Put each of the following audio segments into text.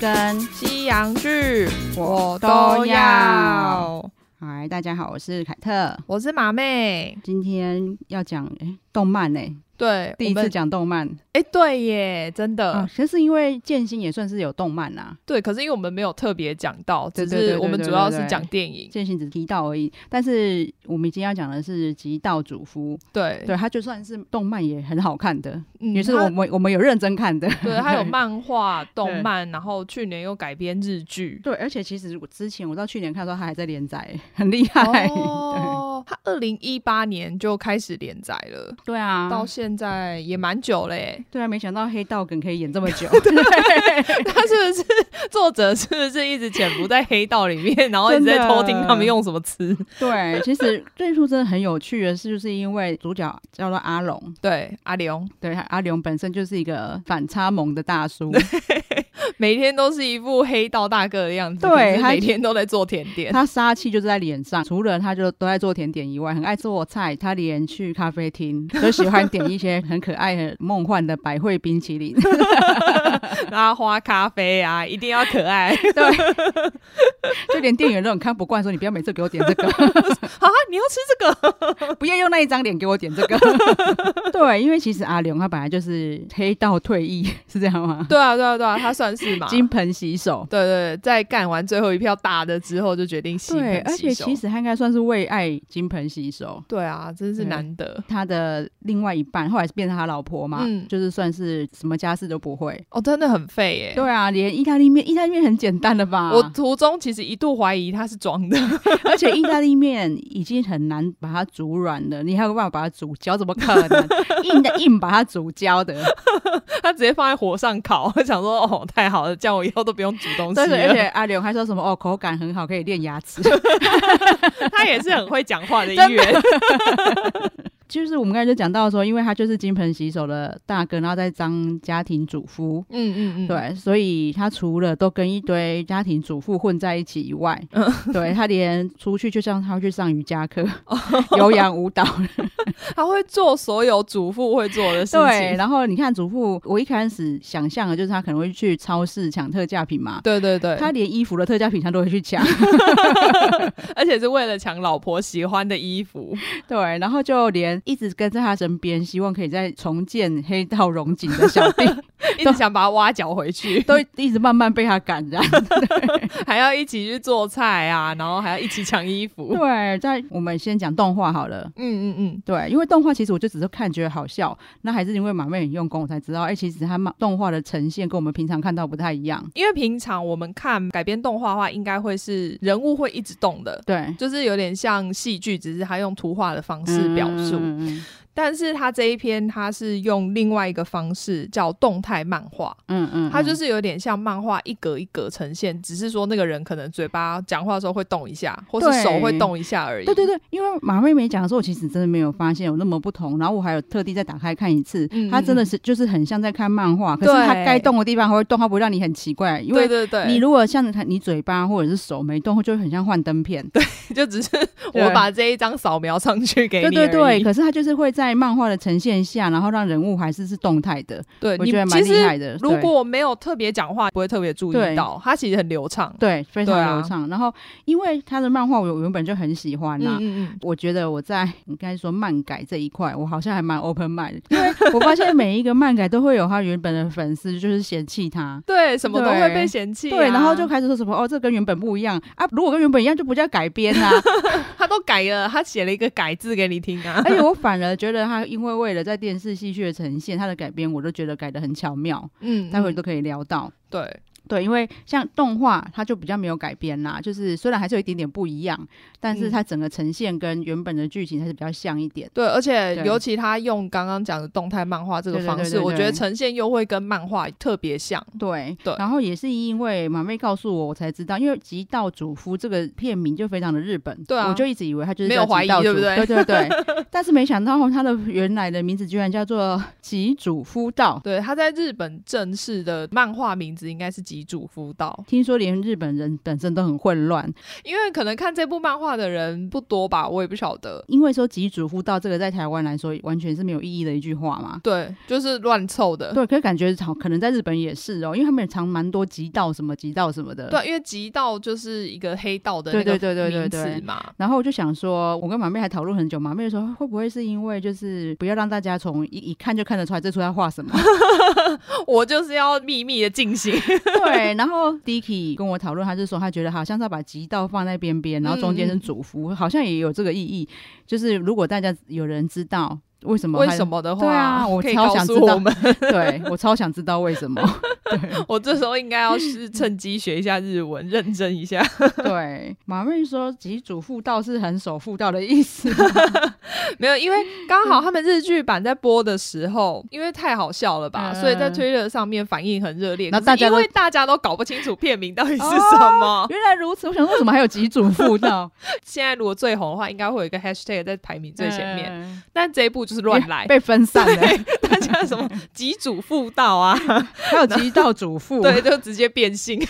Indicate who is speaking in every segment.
Speaker 1: 人
Speaker 2: 西洋剧
Speaker 1: 我
Speaker 2: 都要。
Speaker 1: 嗨，大家好，我是凯特。
Speaker 2: 我是马妹，
Speaker 1: 今天要讲诶、动漫呢、
Speaker 2: 对，
Speaker 1: 第一
Speaker 2: 我
Speaker 1: 次
Speaker 2: 们，
Speaker 1: 讲动漫
Speaker 2: 哎、对耶，真的，
Speaker 1: 啊，其实是因为剑心也算是有动漫啊啦，
Speaker 2: 对。可是因为我们没有特别讲到，
Speaker 1: 对
Speaker 2: 只
Speaker 1: 对对
Speaker 2: 是
Speaker 1: 对
Speaker 2: 我们
Speaker 1: 对
Speaker 2: 主要
Speaker 1: 对
Speaker 2: 是
Speaker 1: 对
Speaker 2: 讲电影，
Speaker 1: 剑心只提到而已。但是我们今天要讲的是《极道主夫》，
Speaker 2: 对，
Speaker 1: 对，它就算是动漫也很好看的，
Speaker 2: 嗯
Speaker 1: 也是我们我们有认真看的。
Speaker 2: 它对，还有漫画、动漫，然后去年又改编日 剧。
Speaker 1: 对，而且其实我之前我到去年看的时候，它还在连载， 很厉害。
Speaker 2: 哦，它二零一八年就开始连载了，
Speaker 1: 对啊，
Speaker 2: 到现在也蛮久了 耶。
Speaker 1: 对啊，没想到黑道梗可以演这 么久。
Speaker 2: 他是不是作者？是不是一直潜伏在黑道里面，然后一直在
Speaker 1: 真的
Speaker 2: 偷听他们用什么词？
Speaker 1: 对，其实最初真的很有趣的是，就是因为主角叫做阿龙，
Speaker 2: 对，阿龙
Speaker 1: 对，他阿龙本身就是一个反差萌的大叔，
Speaker 2: 每天都是一副黑道大哥的样子，
Speaker 1: 对
Speaker 2: 可是
Speaker 1: 他
Speaker 2: 每天都在做甜点。
Speaker 1: 他杀气就是在脸上。除了他就都在做甜点以外，很爱做菜，他连去咖啡厅都喜欢点一些很可爱、很梦幻的百汇冰淇淋。
Speaker 2: 拉花咖啡啊，一定要可 爱
Speaker 1: 对，就连店员都很看不惯，说你不要每次给我点这个，
Speaker 2: 啊！你要吃这个，
Speaker 1: 不要用那一张脸给我点这个。 对，因为其实阿龙他本来就是黑道退役，是这样吗？
Speaker 2: 对啊，对啊，对啊，他算是嘛。
Speaker 1: 金盆洗手。
Speaker 2: 对对，对在干完最后一票大的之后，就决定洗
Speaker 1: 对，
Speaker 2: 盆
Speaker 1: 而且
Speaker 2: 洗手
Speaker 1: 其实他应该算是为爱金盆洗手。
Speaker 2: 对啊，真是
Speaker 1: 对
Speaker 2: 难得
Speaker 1: 他的另外一半后来是变成他老婆嘛，
Speaker 2: 嗯
Speaker 1: 就是算是什么家事都不会。
Speaker 2: 哦，真的很废耶。
Speaker 1: 对啊，连意大利面，意大利面很简单了吧？
Speaker 2: 我途中其实一度怀疑他是装的，
Speaker 1: 而且意大利面已经很难把它煮软了，你还有办法把它煮焦？怎么可 能硬的硬把它煮焦的？
Speaker 2: 他直接放在火上烤。 我想说，哦，太好了，这样我以后都不用煮东西
Speaker 1: 对对，而 且
Speaker 2: 了。
Speaker 1: 阿柳还说什么哦，口感很好，可以练牙齿。
Speaker 2: 他也是很会讲话的
Speaker 1: 真
Speaker 2: 一
Speaker 1: 的
Speaker 2: 员。
Speaker 1: 就是我们刚才就讲到说，因为他就是金盆洗手的大哥，然后再当家庭主夫，
Speaker 2: 嗯嗯嗯，
Speaker 1: 对，所以他除了都跟一堆家庭主妇混在一起以外，
Speaker 2: 嗯
Speaker 1: 对他连出去就像他去上瑜伽课、
Speaker 2: 哦
Speaker 1: 有氧舞蹈，
Speaker 2: 他会做所有主妇会做的事
Speaker 1: 对。
Speaker 2: 情。
Speaker 1: 然后你看主妇，我一开始想象的就是他可能会去超市抢特价品嘛，
Speaker 2: 对对对，
Speaker 1: 他连衣服的特价品他都会去 抢，
Speaker 2: 而且是为了抢老婆喜欢的衣服。
Speaker 1: 对。然后就连一直跟在他身边，希望可以再重建黑道荣景的小 弟，
Speaker 2: 一直想把它挖角回去，
Speaker 1: 都一直慢慢被他感染。
Speaker 2: 还要一起去做菜啊，然后还要一起抢衣服。
Speaker 1: 对，在我们先讲动画好了。
Speaker 2: 嗯嗯嗯，
Speaker 1: 对，因为动画其实我就只是看觉得好笑，那还是因为马妹很用功，我才知道，哎、其实它漫动画的呈现跟我们平常看到不太一样。
Speaker 2: 因为平常我们看改编动画的话，应该会是人物会一直动的。
Speaker 1: 对，
Speaker 2: 就是有点像戏剧，只是他用图画的方式表述，
Speaker 1: 嗯嗯
Speaker 2: 但是他这一篇他是用另外一个方式叫动态漫画，
Speaker 1: 嗯嗯嗯
Speaker 2: 它就是有点像漫画一格一格呈现，只是说那个人可能嘴巴讲话的时候会动一下，或是
Speaker 1: 对
Speaker 2: 手会动一下而已。
Speaker 1: 对对对，因为马妹没讲的时候，我其实真的没有发现有那么不同，然后我还有特地再打开看一次，
Speaker 2: 嗯
Speaker 1: 它真的
Speaker 2: 嗯
Speaker 1: 是就是很像在看漫画，可是它
Speaker 2: 对
Speaker 1: 该动的地方还会动，它不会让你很奇怪，因
Speaker 2: 对
Speaker 1: 为。
Speaker 2: 对对，
Speaker 1: 你如果像它，你嘴巴或者是手没动，就会很像幻灯片。对
Speaker 2: 就只 是我把这一张扫描上去给 你
Speaker 1: 对对
Speaker 2: 而已
Speaker 1: 对，可是它就是会在漫画的呈现下，然后让人物还是是动态的。
Speaker 2: 对
Speaker 1: 我
Speaker 2: 你
Speaker 1: 觉得蛮
Speaker 2: 其
Speaker 1: 厉
Speaker 2: 实
Speaker 1: 害的。
Speaker 2: 如
Speaker 1: 对
Speaker 2: 果没有特别讲话，不会特别注
Speaker 1: 对
Speaker 2: 意到，它其实很流畅。
Speaker 1: 对，非常
Speaker 2: 对啊
Speaker 1: 流畅。然后，因为他的漫画我原本就很喜欢
Speaker 2: 嗯
Speaker 1: 啦、
Speaker 2: 嗯
Speaker 1: 我觉得我在应该说漫改这一块，我好像还蛮 open mind，的因为我发现每一个漫改都会有他原本的粉丝，就是嫌弃他。
Speaker 2: 对，什么都
Speaker 1: 对
Speaker 2: 会被嫌弃啊、
Speaker 1: 对，然后就开始说什么哦，这跟原本不一样啊！如果跟原本一样，就不叫改编啊 啦、
Speaker 2: 他都改了，他写了一个改字给你听啊。
Speaker 1: 而且我反而觉得他，因为为了在电视戏剧的呈现，他的改编我都觉得改的很巧妙，
Speaker 2: 嗯
Speaker 1: 待会都可以聊到。
Speaker 2: 对
Speaker 1: 对，因为像动画，它就比较没有改编啦，就是虽然还是有一点点不一样，但是
Speaker 2: 嗯
Speaker 1: 它整个呈现跟原本的剧情还是比较像一点。
Speaker 2: 对，而且
Speaker 1: 对
Speaker 2: 尤其他用刚刚讲的动态漫画这个
Speaker 1: 对对
Speaker 2: 方
Speaker 1: 对
Speaker 2: 式，
Speaker 1: 对
Speaker 2: 我觉得
Speaker 1: 对
Speaker 2: 呈现又会跟漫画特别像。
Speaker 1: 对，
Speaker 2: 对
Speaker 1: 然后也是因为马妹告诉我，我才知道，因为《极道主夫》这个片名就非常的日本，
Speaker 2: 对啊
Speaker 1: 我就一直以为它就是
Speaker 2: 没有
Speaker 1: 叫极
Speaker 2: 怀疑
Speaker 1: 道
Speaker 2: 对不
Speaker 1: 主对
Speaker 2: 对
Speaker 1: 对 对，但是没想到它的原来的名字居然叫做《极主夫道》。
Speaker 2: 对，他在日本正式的漫画名字应该是《极级主夫道，
Speaker 1: 听说连日本人本身都很混乱，
Speaker 2: 因为可能看这部漫画的人不多吧，我也不晓得。
Speaker 1: 因为说极主妇道这个在台湾来说完全是没有意义的一句话嘛。
Speaker 2: 对，就是乱凑的。
Speaker 1: 对，可是感觉好，可能在日本也是哦，因为他们也常蛮多极道什么极道什么的。
Speaker 2: 对，因为极道就是一个黑道的那
Speaker 1: 对
Speaker 2: 个
Speaker 1: 对对对对
Speaker 2: 名词
Speaker 1: 对
Speaker 2: 嘛，
Speaker 1: 然后我就想说，我跟马妹还讨论很久，马妹就说会不会是因为就是不要让大家从一一看就看得出来这出要画什 么？
Speaker 2: 我就是要秘密的进行，
Speaker 1: 对。然后 Dicky 跟我讨论，他就说他觉得好像是要把极道放在边边，
Speaker 2: 嗯
Speaker 1: 然后中间是主服，好像也有这个意义。就是如果大家有人知道为什么
Speaker 2: 为
Speaker 1: 他
Speaker 2: 什么的话，
Speaker 1: 对啊我
Speaker 2: 可以
Speaker 1: 超
Speaker 2: 告
Speaker 1: 想
Speaker 2: 诉
Speaker 1: 知道
Speaker 2: 我们。
Speaker 1: 对我超想知道为 什么。
Speaker 2: 我这时候应该要是 趁机学一下日文，认真一下。
Speaker 1: 对，马妹说“极主妇道”是很守妇道的意思。
Speaker 2: 没有，因为刚好他们日剧版在播的时候，因为太好笑了吧，
Speaker 1: 嗯
Speaker 2: 所以在 Twitter 上面反应很热烈。
Speaker 1: 那
Speaker 2: 可是
Speaker 1: 大家
Speaker 2: 因
Speaker 1: 都
Speaker 2: 为大家都哦搞不清楚片名到底是什么。
Speaker 1: 原来如此，我想说为什么还有“极主妇道
Speaker 2: 现在如果最红的话，应该会有一个 hashtag 在排名”最前面。哎
Speaker 1: 嗯
Speaker 2: 但这一部就是乱来，
Speaker 1: 被分散了，
Speaker 2: 大 家什么极主妇道啊，
Speaker 1: 还有“极道主妇”，
Speaker 2: 对，，就直接 变性。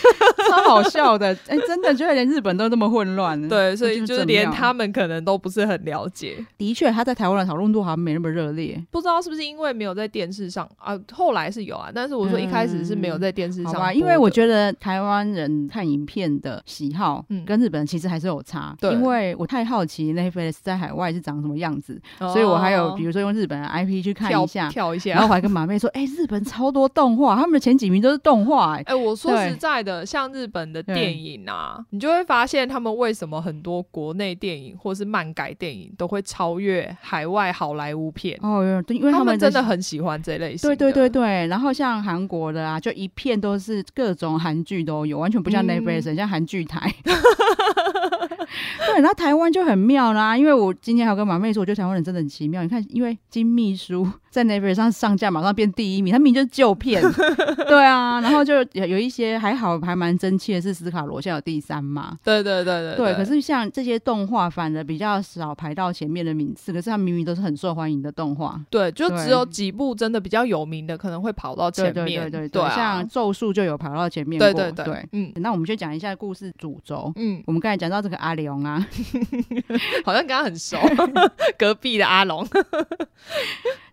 Speaker 1: 超好笑的。哎，真的，觉得连日本都那么混乱。，
Speaker 2: 对，所
Speaker 1: 就
Speaker 2: 以
Speaker 1: 是
Speaker 2: 就是
Speaker 1: 正
Speaker 2: 连
Speaker 1: 妙
Speaker 2: 他们可能都不是很了解。
Speaker 1: 的确，他在台湾的讨论度好像没那么热烈。
Speaker 2: 不知道是不是因为没有在电视上啊，后来是有啊，但是我说一开始是没有在电视
Speaker 1: 好
Speaker 2: 上、
Speaker 1: 吧，因为我
Speaker 2: 得，
Speaker 1: 觉得台湾人看影片的喜好，
Speaker 2: 嗯
Speaker 1: 跟日本人其实还是有差。
Speaker 2: 对
Speaker 1: 因为我太好奇 Netflix 在海外是长什么样子，所以我还有比
Speaker 2: 如
Speaker 1: 如说用日本的 IP 去看
Speaker 2: 跳
Speaker 1: 一下，
Speaker 2: 哦跳一下，
Speaker 1: 然后我还跟马妹说，哎、日本超多动画，他们的前几名都是动画、哎，
Speaker 2: 哎、我说
Speaker 1: 对
Speaker 2: 实在的，像日本的电 影啊，你就会发现他们为什么很多国内电影或是漫改电影都会超越海外好莱坞片，
Speaker 1: 哦，有对，因为
Speaker 2: 他
Speaker 1: 们
Speaker 2: 真的。很喜欢这类型
Speaker 1: 对
Speaker 2: 的。
Speaker 1: 对对对，然后像韩国的啊，就一片都是各种韩剧都有，完全不像
Speaker 2: 嗯
Speaker 1: Netflix，、很像韩剧台。 对，然后台湾就很妙啦，因为我今天还有跟马妹说，我觉得台湾人真的很奇妙。你看，因为金秘书在 Netflix 上上架，马上变第一名，他明明就是旧片，对啊。然后就有有一些还好，还蛮争气的是斯卡罗，现在有第三嘛，
Speaker 2: 对对呃对对
Speaker 1: 对，可是像这些动画反而比较少排到前面的名次，可是它明明都是很受欢迎的动画。
Speaker 2: 对，就
Speaker 1: 对
Speaker 2: 只有几部真的比较有名的，可能会跑到前
Speaker 1: 对
Speaker 2: 面。
Speaker 1: 对对对
Speaker 2: 啊
Speaker 1: 像《咒术》就有排到前面过。
Speaker 2: 对对对，嗯
Speaker 1: 那我们就讲一下故事主轴。
Speaker 2: 嗯，
Speaker 1: 我们刚才讲到这个阿良啊，
Speaker 2: 好像跟他很 熟，隔壁的阿龙。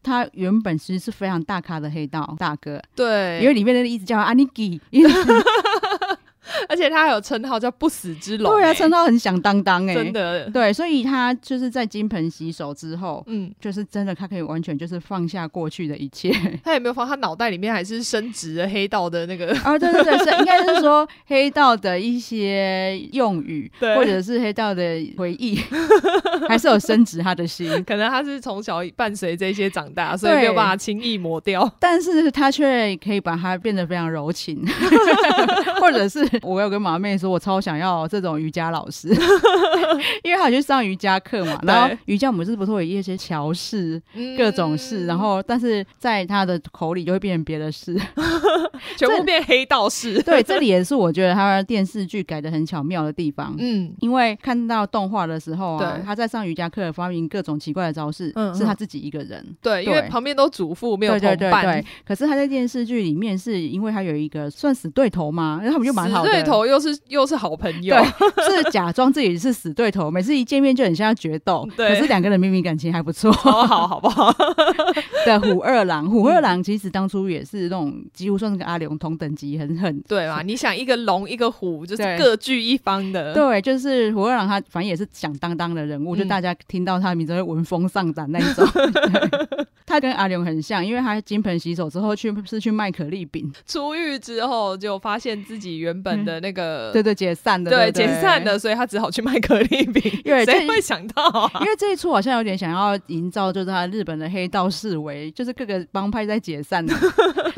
Speaker 1: 他原本其实是非常大咖的黑道大哥，
Speaker 2: 对，
Speaker 1: 因为里面的人一直叫他阿尼基，因为
Speaker 2: 而且他还有称号叫不死之龙、
Speaker 1: 对啊，
Speaker 2: 欸
Speaker 1: 称到很响当当哎、
Speaker 2: 真。的，
Speaker 1: 对，所以他就是在金盆洗手之后，
Speaker 2: 嗯，
Speaker 1: 就是真的，他可以完全就是放下过去的一切。
Speaker 2: 他有没有放？他脑袋里面还是升职的黑道的那个，
Speaker 1: 啊，对对对，是应该是说黑道的一些用语，
Speaker 2: 对
Speaker 1: 或者是黑道的回忆， 还是有深植他的心。
Speaker 2: 可能他是从小伴随这些长大，所以
Speaker 1: 对
Speaker 2: 没有办法轻易抹掉。
Speaker 1: 但是他却可以把它变得非常柔 情， 或者是我有跟马妹说，我超想要这种瑜伽老师， 因为他有去上瑜伽课嘛，
Speaker 2: 对
Speaker 1: 然后瑜伽我们是不是会有一些桥式
Speaker 2: 嗯
Speaker 1: 各种式，然后但是在他的口里就会变成别的 事，
Speaker 2: 全部变黑道 士。
Speaker 1: 对，这里也是我觉得他电视剧改的很巧妙的地方，
Speaker 2: 嗯，
Speaker 1: 因为看到动画的时候啊
Speaker 2: 对，
Speaker 1: 他在上瑜伽课发明各种奇怪的招式，
Speaker 2: 嗯嗯
Speaker 1: 是他自己一个人。
Speaker 2: 对，因为
Speaker 1: 对
Speaker 2: 旁边都主妇，没有
Speaker 1: 对对
Speaker 2: 同
Speaker 1: 对
Speaker 2: 伴
Speaker 1: 对，，可是他在电视剧里面是因为他有一个算死对头嘛，然后他们就蛮好的，
Speaker 2: 死对头又是又是好朋友
Speaker 1: 对，是假装自己是死对头，每次一见面就很像要决斗，
Speaker 2: 对
Speaker 1: 可是两个人明明感情还不 错
Speaker 2: 好好好不好？
Speaker 1: 的虎二郎，虎二郎其实当初也是那种几乎算是跟阿龙同等级，很狠。
Speaker 2: 对 嘛？你想一个龙一个虎，就是
Speaker 1: 对
Speaker 2: 各据一方的。
Speaker 1: 对，就是虎二郎，他反正也是响当当的人物，就
Speaker 2: 嗯
Speaker 1: 大家听到他的名字会闻风丧胆那一 种。 对他跟阿龙很像，因为他金盆洗手之后去是去卖可丽饼，
Speaker 2: 出狱之后就发现自己原本的那个、
Speaker 1: 嗯对对，解散的，
Speaker 2: 呃对
Speaker 1: 对
Speaker 2: 解散。了，所以他只好去卖可丽饼。
Speaker 1: 对这
Speaker 2: 谁会想到啊
Speaker 1: 因？为这一出好像有点想要营造，就是他日本的黑道示威，就是各个帮派在解 散的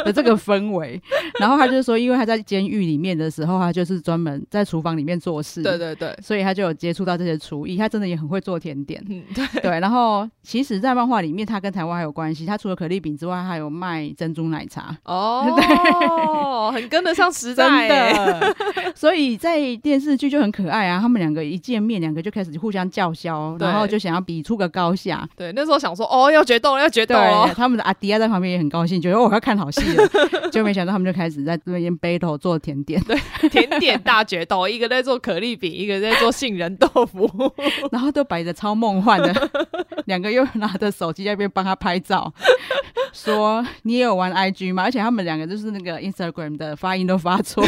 Speaker 1: 的这个氛围。然后他就说，因为他在监狱里面的时候，他就是专门在厨房里面做事，
Speaker 2: 对对对，
Speaker 1: 所以他就有接触到这些厨艺，他真的也很会做甜 点。
Speaker 2: 嗯对，
Speaker 1: 对，然后其实，在漫画里面，他跟台湾还有关系。他除了可丽饼之外，还有卖珍珠奶茶，
Speaker 2: 哦，很跟得上时
Speaker 1: 真
Speaker 2: 代欸、
Speaker 1: 的。 所以在电视剧就很可爱啊。他们两个一见面，两个就开始互相叫嚣，
Speaker 2: 对
Speaker 1: 然后就想要比出个高下。
Speaker 2: 对，那时候想说，哦，要决斗了，要决斗
Speaker 1: 对
Speaker 2: 了，，
Speaker 1: 他们的阿迪亚在旁边也很高兴，觉得哦，我要看好戏 了。就没想到他们就开始在那边 battle 做甜点，
Speaker 2: 甜点大决斗，一个在做可丽饼，一个在做杏仁豆 腐。
Speaker 1: 然后都摆着超梦幻 的，两个又拿着手机在那边帮他拍照，说你也有玩 IG 吗？而且他们两个就是那个 Instagram 的发音都发错，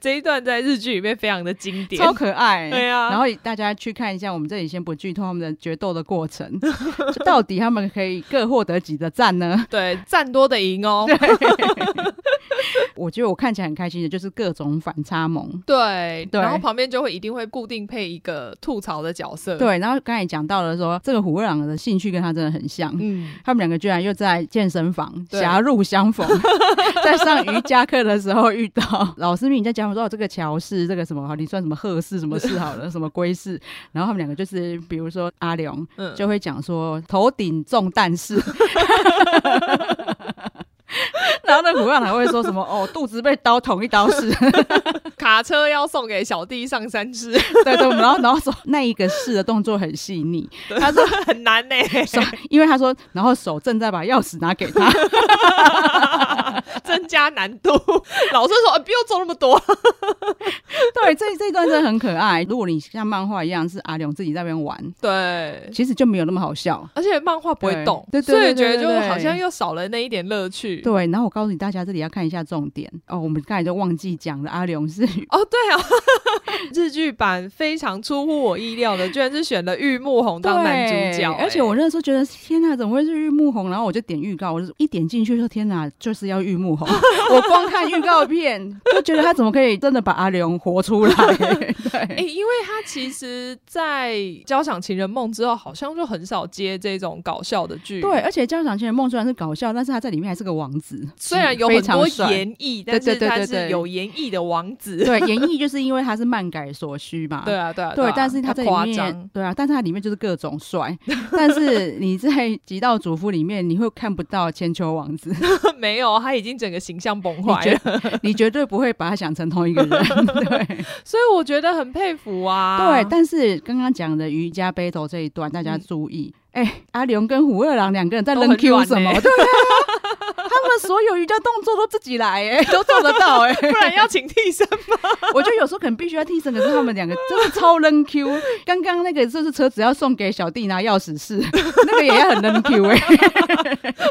Speaker 2: 这一段在日剧里面非常的经典，
Speaker 1: 超可爱。
Speaker 2: 对啊
Speaker 1: 然后大家去看一下，我们这里先不剧透他们的决斗的过 程，就到底他们可以各获得几的赞呢？
Speaker 2: 对，赞多的赢哦。
Speaker 1: 我觉得我看起来很开心的，就是各种反差萌。
Speaker 2: 对，
Speaker 1: 对
Speaker 2: 然后旁边就会一定会固定配一个吐槽的角色。，
Speaker 1: 对，然后刚才讲到了说，这个虎二郎的兴趣跟他真的很像，
Speaker 2: 嗯，
Speaker 1: 他们两个居然又在健身房
Speaker 2: 对
Speaker 1: 狭路相 逢，在上瑜伽课的时候遇到。老师命你在讲我说、哦、这个乔氏，这个什么，好你算什么贺氏什么氏好了，什么龟 氏。然后他们两个就是，比如说阿良
Speaker 2: 嗯
Speaker 1: 就会讲说头顶中弹式。 然后那虎让还会说什么哦，肚子被刀捅一刀式，嗯
Speaker 2: 卡车要送给小弟上山 吃，
Speaker 1: 对对，然后然后说那一个式的动作很细腻，
Speaker 2: 他说很难呢、
Speaker 1: 手因为他说，然后手正在把钥匙拿给他，
Speaker 2: 增加难度。老师说、呃不用做那么多，
Speaker 1: 对，这这一段真的很可爱。如果你像漫画一样是阿良自己在那边玩，
Speaker 2: 对。
Speaker 1: 其实就没有那么好笑。
Speaker 2: 而且漫画不会动，
Speaker 1: 对对
Speaker 2: 所
Speaker 1: 对对
Speaker 2: 以觉得
Speaker 1: 对
Speaker 2: 就
Speaker 1: 对
Speaker 2: 好像又少了那一点乐趣。
Speaker 1: 对，然后我告诉你大家，这里要看一下重点哦。我们刚才就忘记讲了，阿良 是
Speaker 2: 哦，对啊， 日剧版非常出乎我意料的，居然是选了玉木宏当男主角、
Speaker 1: 对而且我
Speaker 2: 哎
Speaker 1: 那时候觉得天哪，怎么会是玉木宏？然后我就点预告，我就一点进去说天哪，就是要玉 木宏。我光看预告片就觉得他怎么可以真的把阿良活出来？
Speaker 2: 哎、
Speaker 1: 对。
Speaker 2: 因为他其实，在《交响情人梦》之后，好像就很少接这种搞笑的剧。
Speaker 1: 对，，而且《交响情人梦》虽然是搞笑，但是他在里面还是个王子，
Speaker 2: 虽然有
Speaker 1: 非
Speaker 2: 很
Speaker 1: 常
Speaker 2: 多
Speaker 1: 帅
Speaker 2: 演
Speaker 1: 对
Speaker 2: 绎，但是
Speaker 1: 对对
Speaker 2: 他
Speaker 1: 对
Speaker 2: 是
Speaker 1: 对
Speaker 2: 有演绎的王子。
Speaker 1: 对，演绎就是因为他是漫改所需嘛。
Speaker 2: 对啊，对啊，
Speaker 1: 对
Speaker 2: 啊，
Speaker 1: 但是他在
Speaker 2: 夸
Speaker 1: 里面
Speaker 2: 张，，
Speaker 1: 对啊，但是他里面就是各种帅。但是你在《极道主夫》里面，你会看不到千秋王子，
Speaker 2: 没有，他已经整个形象崩
Speaker 1: 你
Speaker 2: 坏
Speaker 1: 绝
Speaker 2: 了，
Speaker 1: 你绝对不会把他想成同一个人。对、
Speaker 2: 所以我觉得很佩服啊。
Speaker 1: 对，但是刚刚讲的瑜伽 battle 这一段，大家
Speaker 2: 嗯
Speaker 1: 注意。哎、阿龙跟虎二郎两个人在
Speaker 2: 都
Speaker 1: 扔
Speaker 2: 很
Speaker 1: Q
Speaker 2: 软
Speaker 1: 什 么？
Speaker 2: 欸
Speaker 1: 对啊，他们所有瑜伽动作都自己来、 哎，都做得到、哎，
Speaker 2: 不然要请替身。
Speaker 1: 我就有时候可能必须要替身，可是他们两个真的超扔 Q。刚刚那个就是车子要送给小弟拿钥匙是，那个也很扔 Q 哎、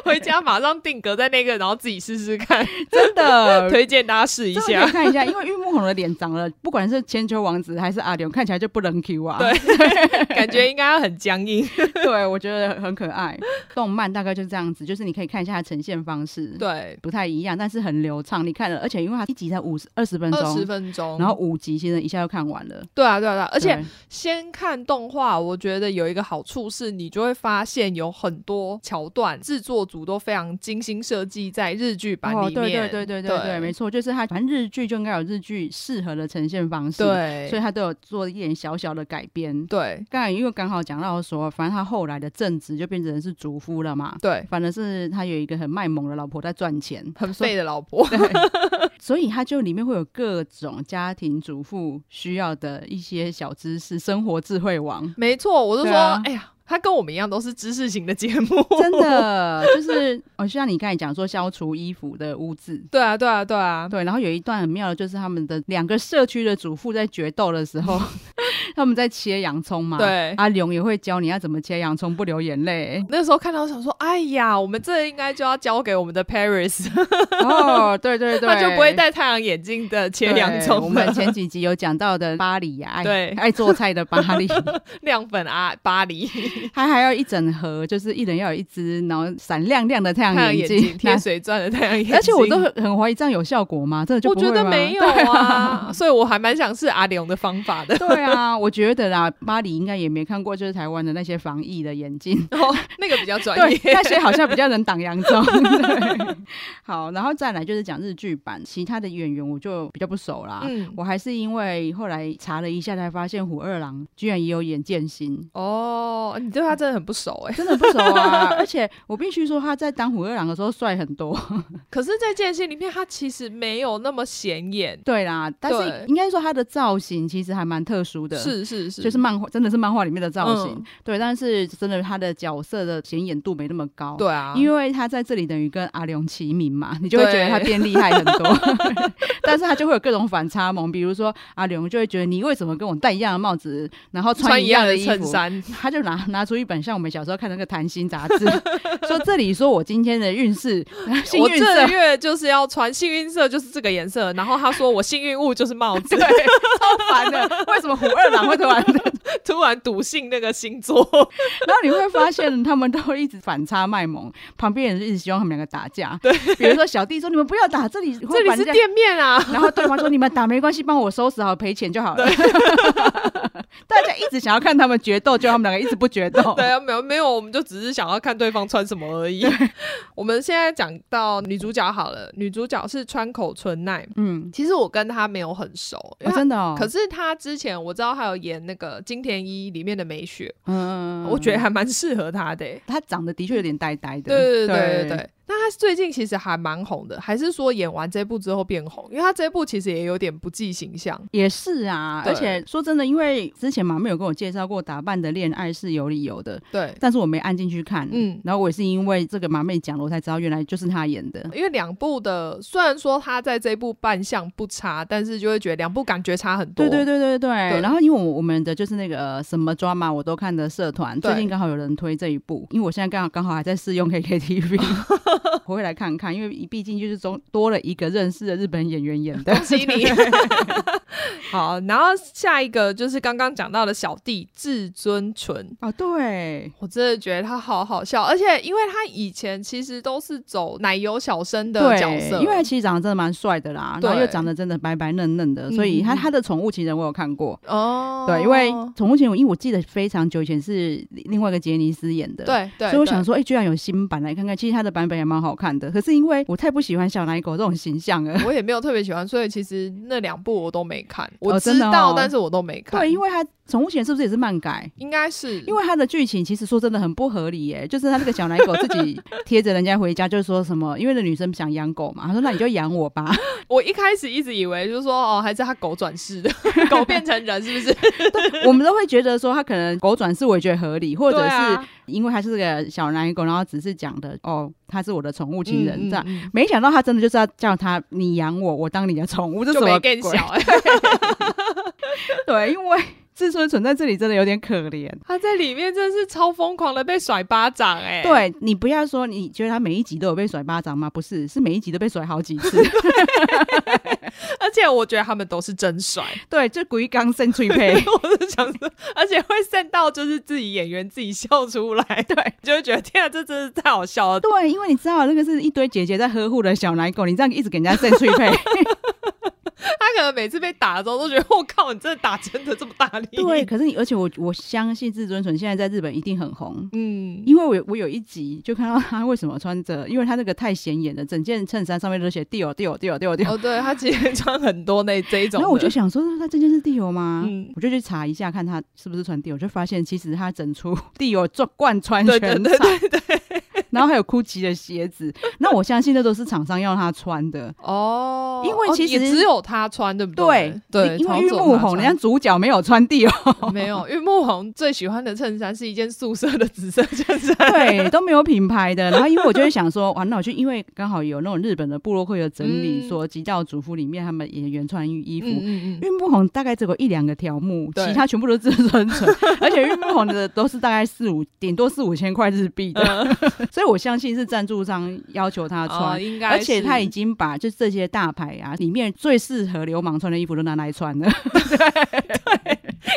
Speaker 2: 回家马上定格在那个，然后自己试试看，
Speaker 1: 真的。
Speaker 2: 推荐大家 试一
Speaker 1: 真的可以
Speaker 2: 下。
Speaker 1: 看一下，因为玉木宏的脸长了，不管是千秋王子还是阿流，看起来就不能 Q 啊。
Speaker 2: 对，感觉应该要很僵硬。
Speaker 1: 对，我觉得很可爱。动漫大概就是这样子，就是你可以看一下它呈现方式，，
Speaker 2: 对，
Speaker 1: 不太一样，但是很流畅。你看了，而且因为它一集才五十二十分
Speaker 2: 二十
Speaker 1: 钟，
Speaker 2: 分钟，
Speaker 1: 然后五集其实一下就看完了，
Speaker 2: 对啊，对啊，对啊，而且
Speaker 1: 对
Speaker 2: 先看动画，我觉得有一个好处是，你就会发现有很多桥段，制作组都非常精心设计在日剧版
Speaker 1: 哦，
Speaker 2: 里面。
Speaker 1: 对对对对对对，
Speaker 2: 对
Speaker 1: 没错，就是它，反正日剧就应该有日剧适合的呈现方式，，所
Speaker 2: 对
Speaker 1: 以它都有做一点小小的改编。
Speaker 2: 对
Speaker 1: 刚才因为刚好讲到说，反正他后来的正职就变成是主夫了嘛，
Speaker 2: 对，
Speaker 1: 反正是他有一个很卖萌的老婆在赚钱，
Speaker 2: 很
Speaker 1: 所以
Speaker 2: 废的老婆。。
Speaker 1: 所以他就里面会有各种家庭主妇需要的一些小知识，生活智慧王
Speaker 2: 没错，我就说，
Speaker 1: 对啊
Speaker 2: 哎呀，他跟我们一样都是知识型的节目。
Speaker 1: 真的就是，哦，就像你刚才讲说消除衣服的污渍，
Speaker 2: 对啊，对啊，对啊，
Speaker 1: 对，然后有一段很妙的，就是他们的两个社区的主妇在决斗的时候， 他们在切洋葱嘛，
Speaker 2: 对。
Speaker 1: 阿龙也会教你要怎么切洋葱，不流眼泪
Speaker 2: 那时候看到想说，哎呀，我们这应该就要交给我们的 Paris，
Speaker 1: 哦，对对对，
Speaker 2: 他就不会戴太阳眼镜的切
Speaker 1: 对
Speaker 2: 洋葱的。
Speaker 1: 我们前几集有讲到的巴黎呀、爱
Speaker 2: 对
Speaker 1: 爱做菜的巴 黎，
Speaker 2: 亮粉啊，巴黎
Speaker 1: 他还要一整盒，就是一人要有一只，然后闪亮亮的太
Speaker 2: 太阳
Speaker 1: 阳
Speaker 2: 眼
Speaker 1: 镜
Speaker 2: 镜，贴
Speaker 1: 那
Speaker 2: 水钻的太阳眼镜，
Speaker 1: 而且我都很很怀疑这样有效果吗？真的就
Speaker 2: 我
Speaker 1: 不会
Speaker 2: 觉得
Speaker 1: 吗
Speaker 2: 没有
Speaker 1: 对
Speaker 2: 啊，所以我还蛮想试阿良的方法 的。
Speaker 1: 对啊，我觉得啦，巴黎应该也没看过，就是台湾的那些防疫的眼镜，
Speaker 2: 然后那个比较专
Speaker 1: 哦对，
Speaker 2: 业，
Speaker 1: 那些 好像比较能挡洋葱。对好，然后再来就是讲日剧版，其他的演员我就比较不熟啦。
Speaker 2: 嗯，
Speaker 1: 我还是因为后来查了一下，才发现虎二郎居然也有演剑心。
Speaker 2: 哦，你你对他真的很不熟哎、
Speaker 1: 真的不 熟欸啊。而且我必须说，他在当虎二郎的时候帅很多。
Speaker 2: 可是，在剑心里面，他其实没有那么显眼。
Speaker 1: 对啦，但是
Speaker 2: 对
Speaker 1: 应该说他的造型其实还蛮特殊的，
Speaker 2: 是是是，
Speaker 1: 就是漫画真的是漫画里面的造型，
Speaker 2: 嗯
Speaker 1: 对。但是真的他的角色的显眼度没那么高，
Speaker 2: 对啊，
Speaker 1: 因为他在这里等于跟阿良齐名嘛，你就会觉得
Speaker 2: 对
Speaker 1: 他变厉害很 多，但是他就会有各种反差萌，比如说阿良就会觉得你为什么跟我戴一样的帽子，然后
Speaker 2: 穿
Speaker 1: 一
Speaker 2: 样
Speaker 1: 的衣服
Speaker 2: 衬衫，
Speaker 1: 他就拿 拿出一本像我们小时候看那个《谈心》杂志， 说这里说我今天的运势， 幸
Speaker 2: 我
Speaker 1: 运
Speaker 2: 这个
Speaker 1: 色，
Speaker 2: 月就是要穿幸运色，就是这个颜色。然后他说我幸运物就是帽 子
Speaker 1: 对，，超烦的。为什么虎二郎会突然？
Speaker 2: 突然笃信那个星座。
Speaker 1: 然后你会发现他们都会一直反差卖萌，旁边人就一直希望他们两个打架。对，比如说小弟说你们不要打，这里
Speaker 2: 这
Speaker 1: 这
Speaker 2: 里是店面啊，
Speaker 1: 然后对方说：“你们打没关系，帮我收拾好赔钱就好了。” 大家一直想要看他们决斗，就他们两个一直不决斗。
Speaker 2: 对啊，没有没有，我们就只是想要看对方穿什么而已。 我们现在讲到女主角好了，女主角是川口春奈。
Speaker 1: 嗯，
Speaker 2: 其实我跟她没有很熟，因
Speaker 1: 哦
Speaker 2: 为她
Speaker 1: 真的哦。
Speaker 2: 可是她之前我知道她有演那个《金田一》里面的美雪，
Speaker 1: 嗯，
Speaker 2: 我觉得还蛮适合她的欸、
Speaker 1: 他长得的确有点呆呆的。
Speaker 2: 对对对
Speaker 1: 对
Speaker 2: 对对。那她最近其实还蛮红的，还是说演完这部之后变红？因为她这部其实也有点不计形象。
Speaker 1: 也是啊，
Speaker 2: 对
Speaker 1: 而且说真的，因为之前马妹有跟我介绍过《打扮的恋爱是有理由的》，
Speaker 2: 对，
Speaker 1: 但是我没按进去看。
Speaker 2: 嗯
Speaker 1: 然后我也是因为这个马妹讲了，我才知道原来就是她演的。
Speaker 2: 因为两部的虽然说她在这部扮相不差，但是就会觉得两部感觉差很多。
Speaker 1: 对对对对对，
Speaker 2: 对
Speaker 1: 然后因为我我们的就是那个呃什么 drama 我都看的社团，
Speaker 2: 对
Speaker 1: 最近刚好有人推这一部，因为我现在刚好刚好还在试用 KKTV，我会来看看，因为毕竟就是中多了一个认识的日本演员演的，
Speaker 2: 恭喜你。 好，然后下一个就是刚刚讲到的小弟至尊纯。
Speaker 1: 哦对，
Speaker 2: 我真的觉得他好好笑，而且因为他以前其实都是走奶油小生的角色，
Speaker 1: 对，因为他其实长得真的蛮帅的啦，然后
Speaker 2: 对
Speaker 1: 又长得真的白白嫩嫩的，所以他
Speaker 2: 嗯
Speaker 1: 他的宠物情人我有看过。
Speaker 2: 哦，
Speaker 1: 对，因为宠物情人，因为我记得非常久以前是另外一个杰尼斯演的，
Speaker 2: 对对，
Speaker 1: 所以我想
Speaker 2: 对
Speaker 1: 说，哎、居然有新版来看看。其实它的版本也蛮好看的，可是因为我太不喜欢小奶狗这种形象了。
Speaker 2: 我也没有特别喜欢，所以其实那两部我都没看，我
Speaker 1: 哦
Speaker 2: 知
Speaker 1: 真的
Speaker 2: 道，
Speaker 1: 哦
Speaker 2: 但是我都没看。
Speaker 1: 对，因为它《宠物前是不是也是漫改？
Speaker 2: 应该是
Speaker 1: 因为它的剧情其实说真的很不合理耶、就是它那个小奶狗自己贴着人家回家，就说什么，因为那女生想养狗嘛，她说那你就养我吧。
Speaker 2: 我一开始一直以为就是说哦，还是他狗转 世的，狗变成人是不是？
Speaker 1: 我们都会觉得说它可能狗转世，我也觉得合理，或者
Speaker 2: 对
Speaker 1: 是
Speaker 2: 啊
Speaker 1: 因为它是个小奶狗，然后只是讲的哦，它是我的宠物情人、
Speaker 2: 嗯
Speaker 1: 这样。
Speaker 2: 嗯嗯
Speaker 1: 没想到他真的就是要叫他你养我，我当你的宠物，这
Speaker 2: 就
Speaker 1: 什么
Speaker 2: 没更
Speaker 1: 鬼？
Speaker 2: 小哎、
Speaker 1: 对，因为自尊存在这里真的有点可怜。
Speaker 2: 他在里面真的是超疯狂的被甩巴掌哎、，
Speaker 1: 对你不要说，你觉得他每一集都有被甩巴掌吗？不是，是每一集都被甩好几 次。
Speaker 2: 而且我觉得他们都是真甩，
Speaker 1: 对，就故意刚胜脆配。
Speaker 2: 我是想说，而且会散到就是自己演员自己笑出来，对，就会觉得天啊，这真是太好笑了。
Speaker 1: 对，因为你知道那个是一堆姐姐在呵护的小奶狗，你这样一直给人家胜脆 配。
Speaker 2: 他可能每次被打的时候都觉得，我靠，你真的打真的这么大力？
Speaker 1: 对，，可是你，而且我我相信自尊存现在在日本一定很红。
Speaker 2: 嗯，
Speaker 1: 因为我有我有一集就看到他为什么穿着，因为他那个太显眼了，整件衬衫上面都写 Dior Dior Dior Dior Dior，
Speaker 2: 哦，对他其实穿很多那这一种
Speaker 1: 然
Speaker 2: 的，
Speaker 1: 后我就想说，他这件是地油吗？
Speaker 2: 嗯
Speaker 1: 我就去查一下，看他是不是穿地油，就发现其实他整出地油做贯穿
Speaker 2: 对
Speaker 1: 全
Speaker 2: 对
Speaker 1: 场，
Speaker 2: 对对对，
Speaker 1: 然后还有 GUCCI 的鞋子。那我相信那都是厂商要他穿的。
Speaker 2: 哦，
Speaker 1: 因为
Speaker 2: 哦
Speaker 1: 其
Speaker 2: 也
Speaker 1: 实
Speaker 2: 只有他穿，对不
Speaker 1: 对
Speaker 2: 对，
Speaker 1: 因为
Speaker 2: 朝
Speaker 1: 玉
Speaker 2: 佐
Speaker 1: 木
Speaker 2: 他
Speaker 1: 宏，人
Speaker 2: 穿
Speaker 1: 家主角没有穿地油，
Speaker 2: 没有，因为木红最喜欢的衬衫是一件素色的紫色衬衫。
Speaker 1: 对，都没有品牌的。然后因为我就会想说， 完了，我就因为刚好有那种日本的部落会有整理，
Speaker 2: 嗯
Speaker 1: 说极道主妇里面他们演员穿衣服，
Speaker 2: 嗯嗯嗯，
Speaker 1: 玉木宏大概只有一两个条目，
Speaker 2: 对
Speaker 1: 其他全部都是自尊 存，而且玉木宏的都是大概四五，顶多四五千块日币的， 所以我相信是赞助商要求他穿。
Speaker 2: 嗯哦、应该是，
Speaker 1: 而且他已经把就这些大牌啊，里面最适合流氓穿的衣服都拿来穿了。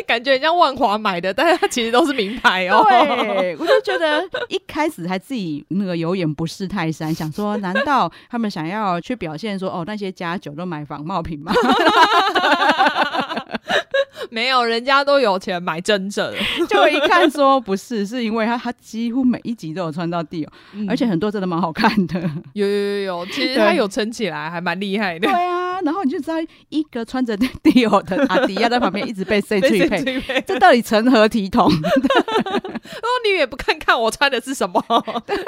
Speaker 2: 感觉很像万华买的，但是他其实都是名牌 哦。
Speaker 1: 对，我就觉得一开始还自己那个有眼不识泰 山，想说难道他们想要去表现说哦那些家酒都买仿冒品吗？
Speaker 2: 没有，人家都有钱买真正，
Speaker 1: 就我一看说不是，是因为他他几乎每一集都有穿到地哦，
Speaker 2: 嗯
Speaker 1: 而且很多真的蛮好看 的。
Speaker 2: 有有有有，其实
Speaker 1: 对
Speaker 2: 他有撑起来，还蛮厉害的
Speaker 1: 对。啊，然后你就知道一个穿着哦 Dior 的阿迪亚在旁边一直被 C
Speaker 2: 被
Speaker 1: 去
Speaker 2: 谁
Speaker 1: 配，
Speaker 2: 追配
Speaker 1: 这到底成何体统？
Speaker 2: 哦，你你也不看看我穿的是什么，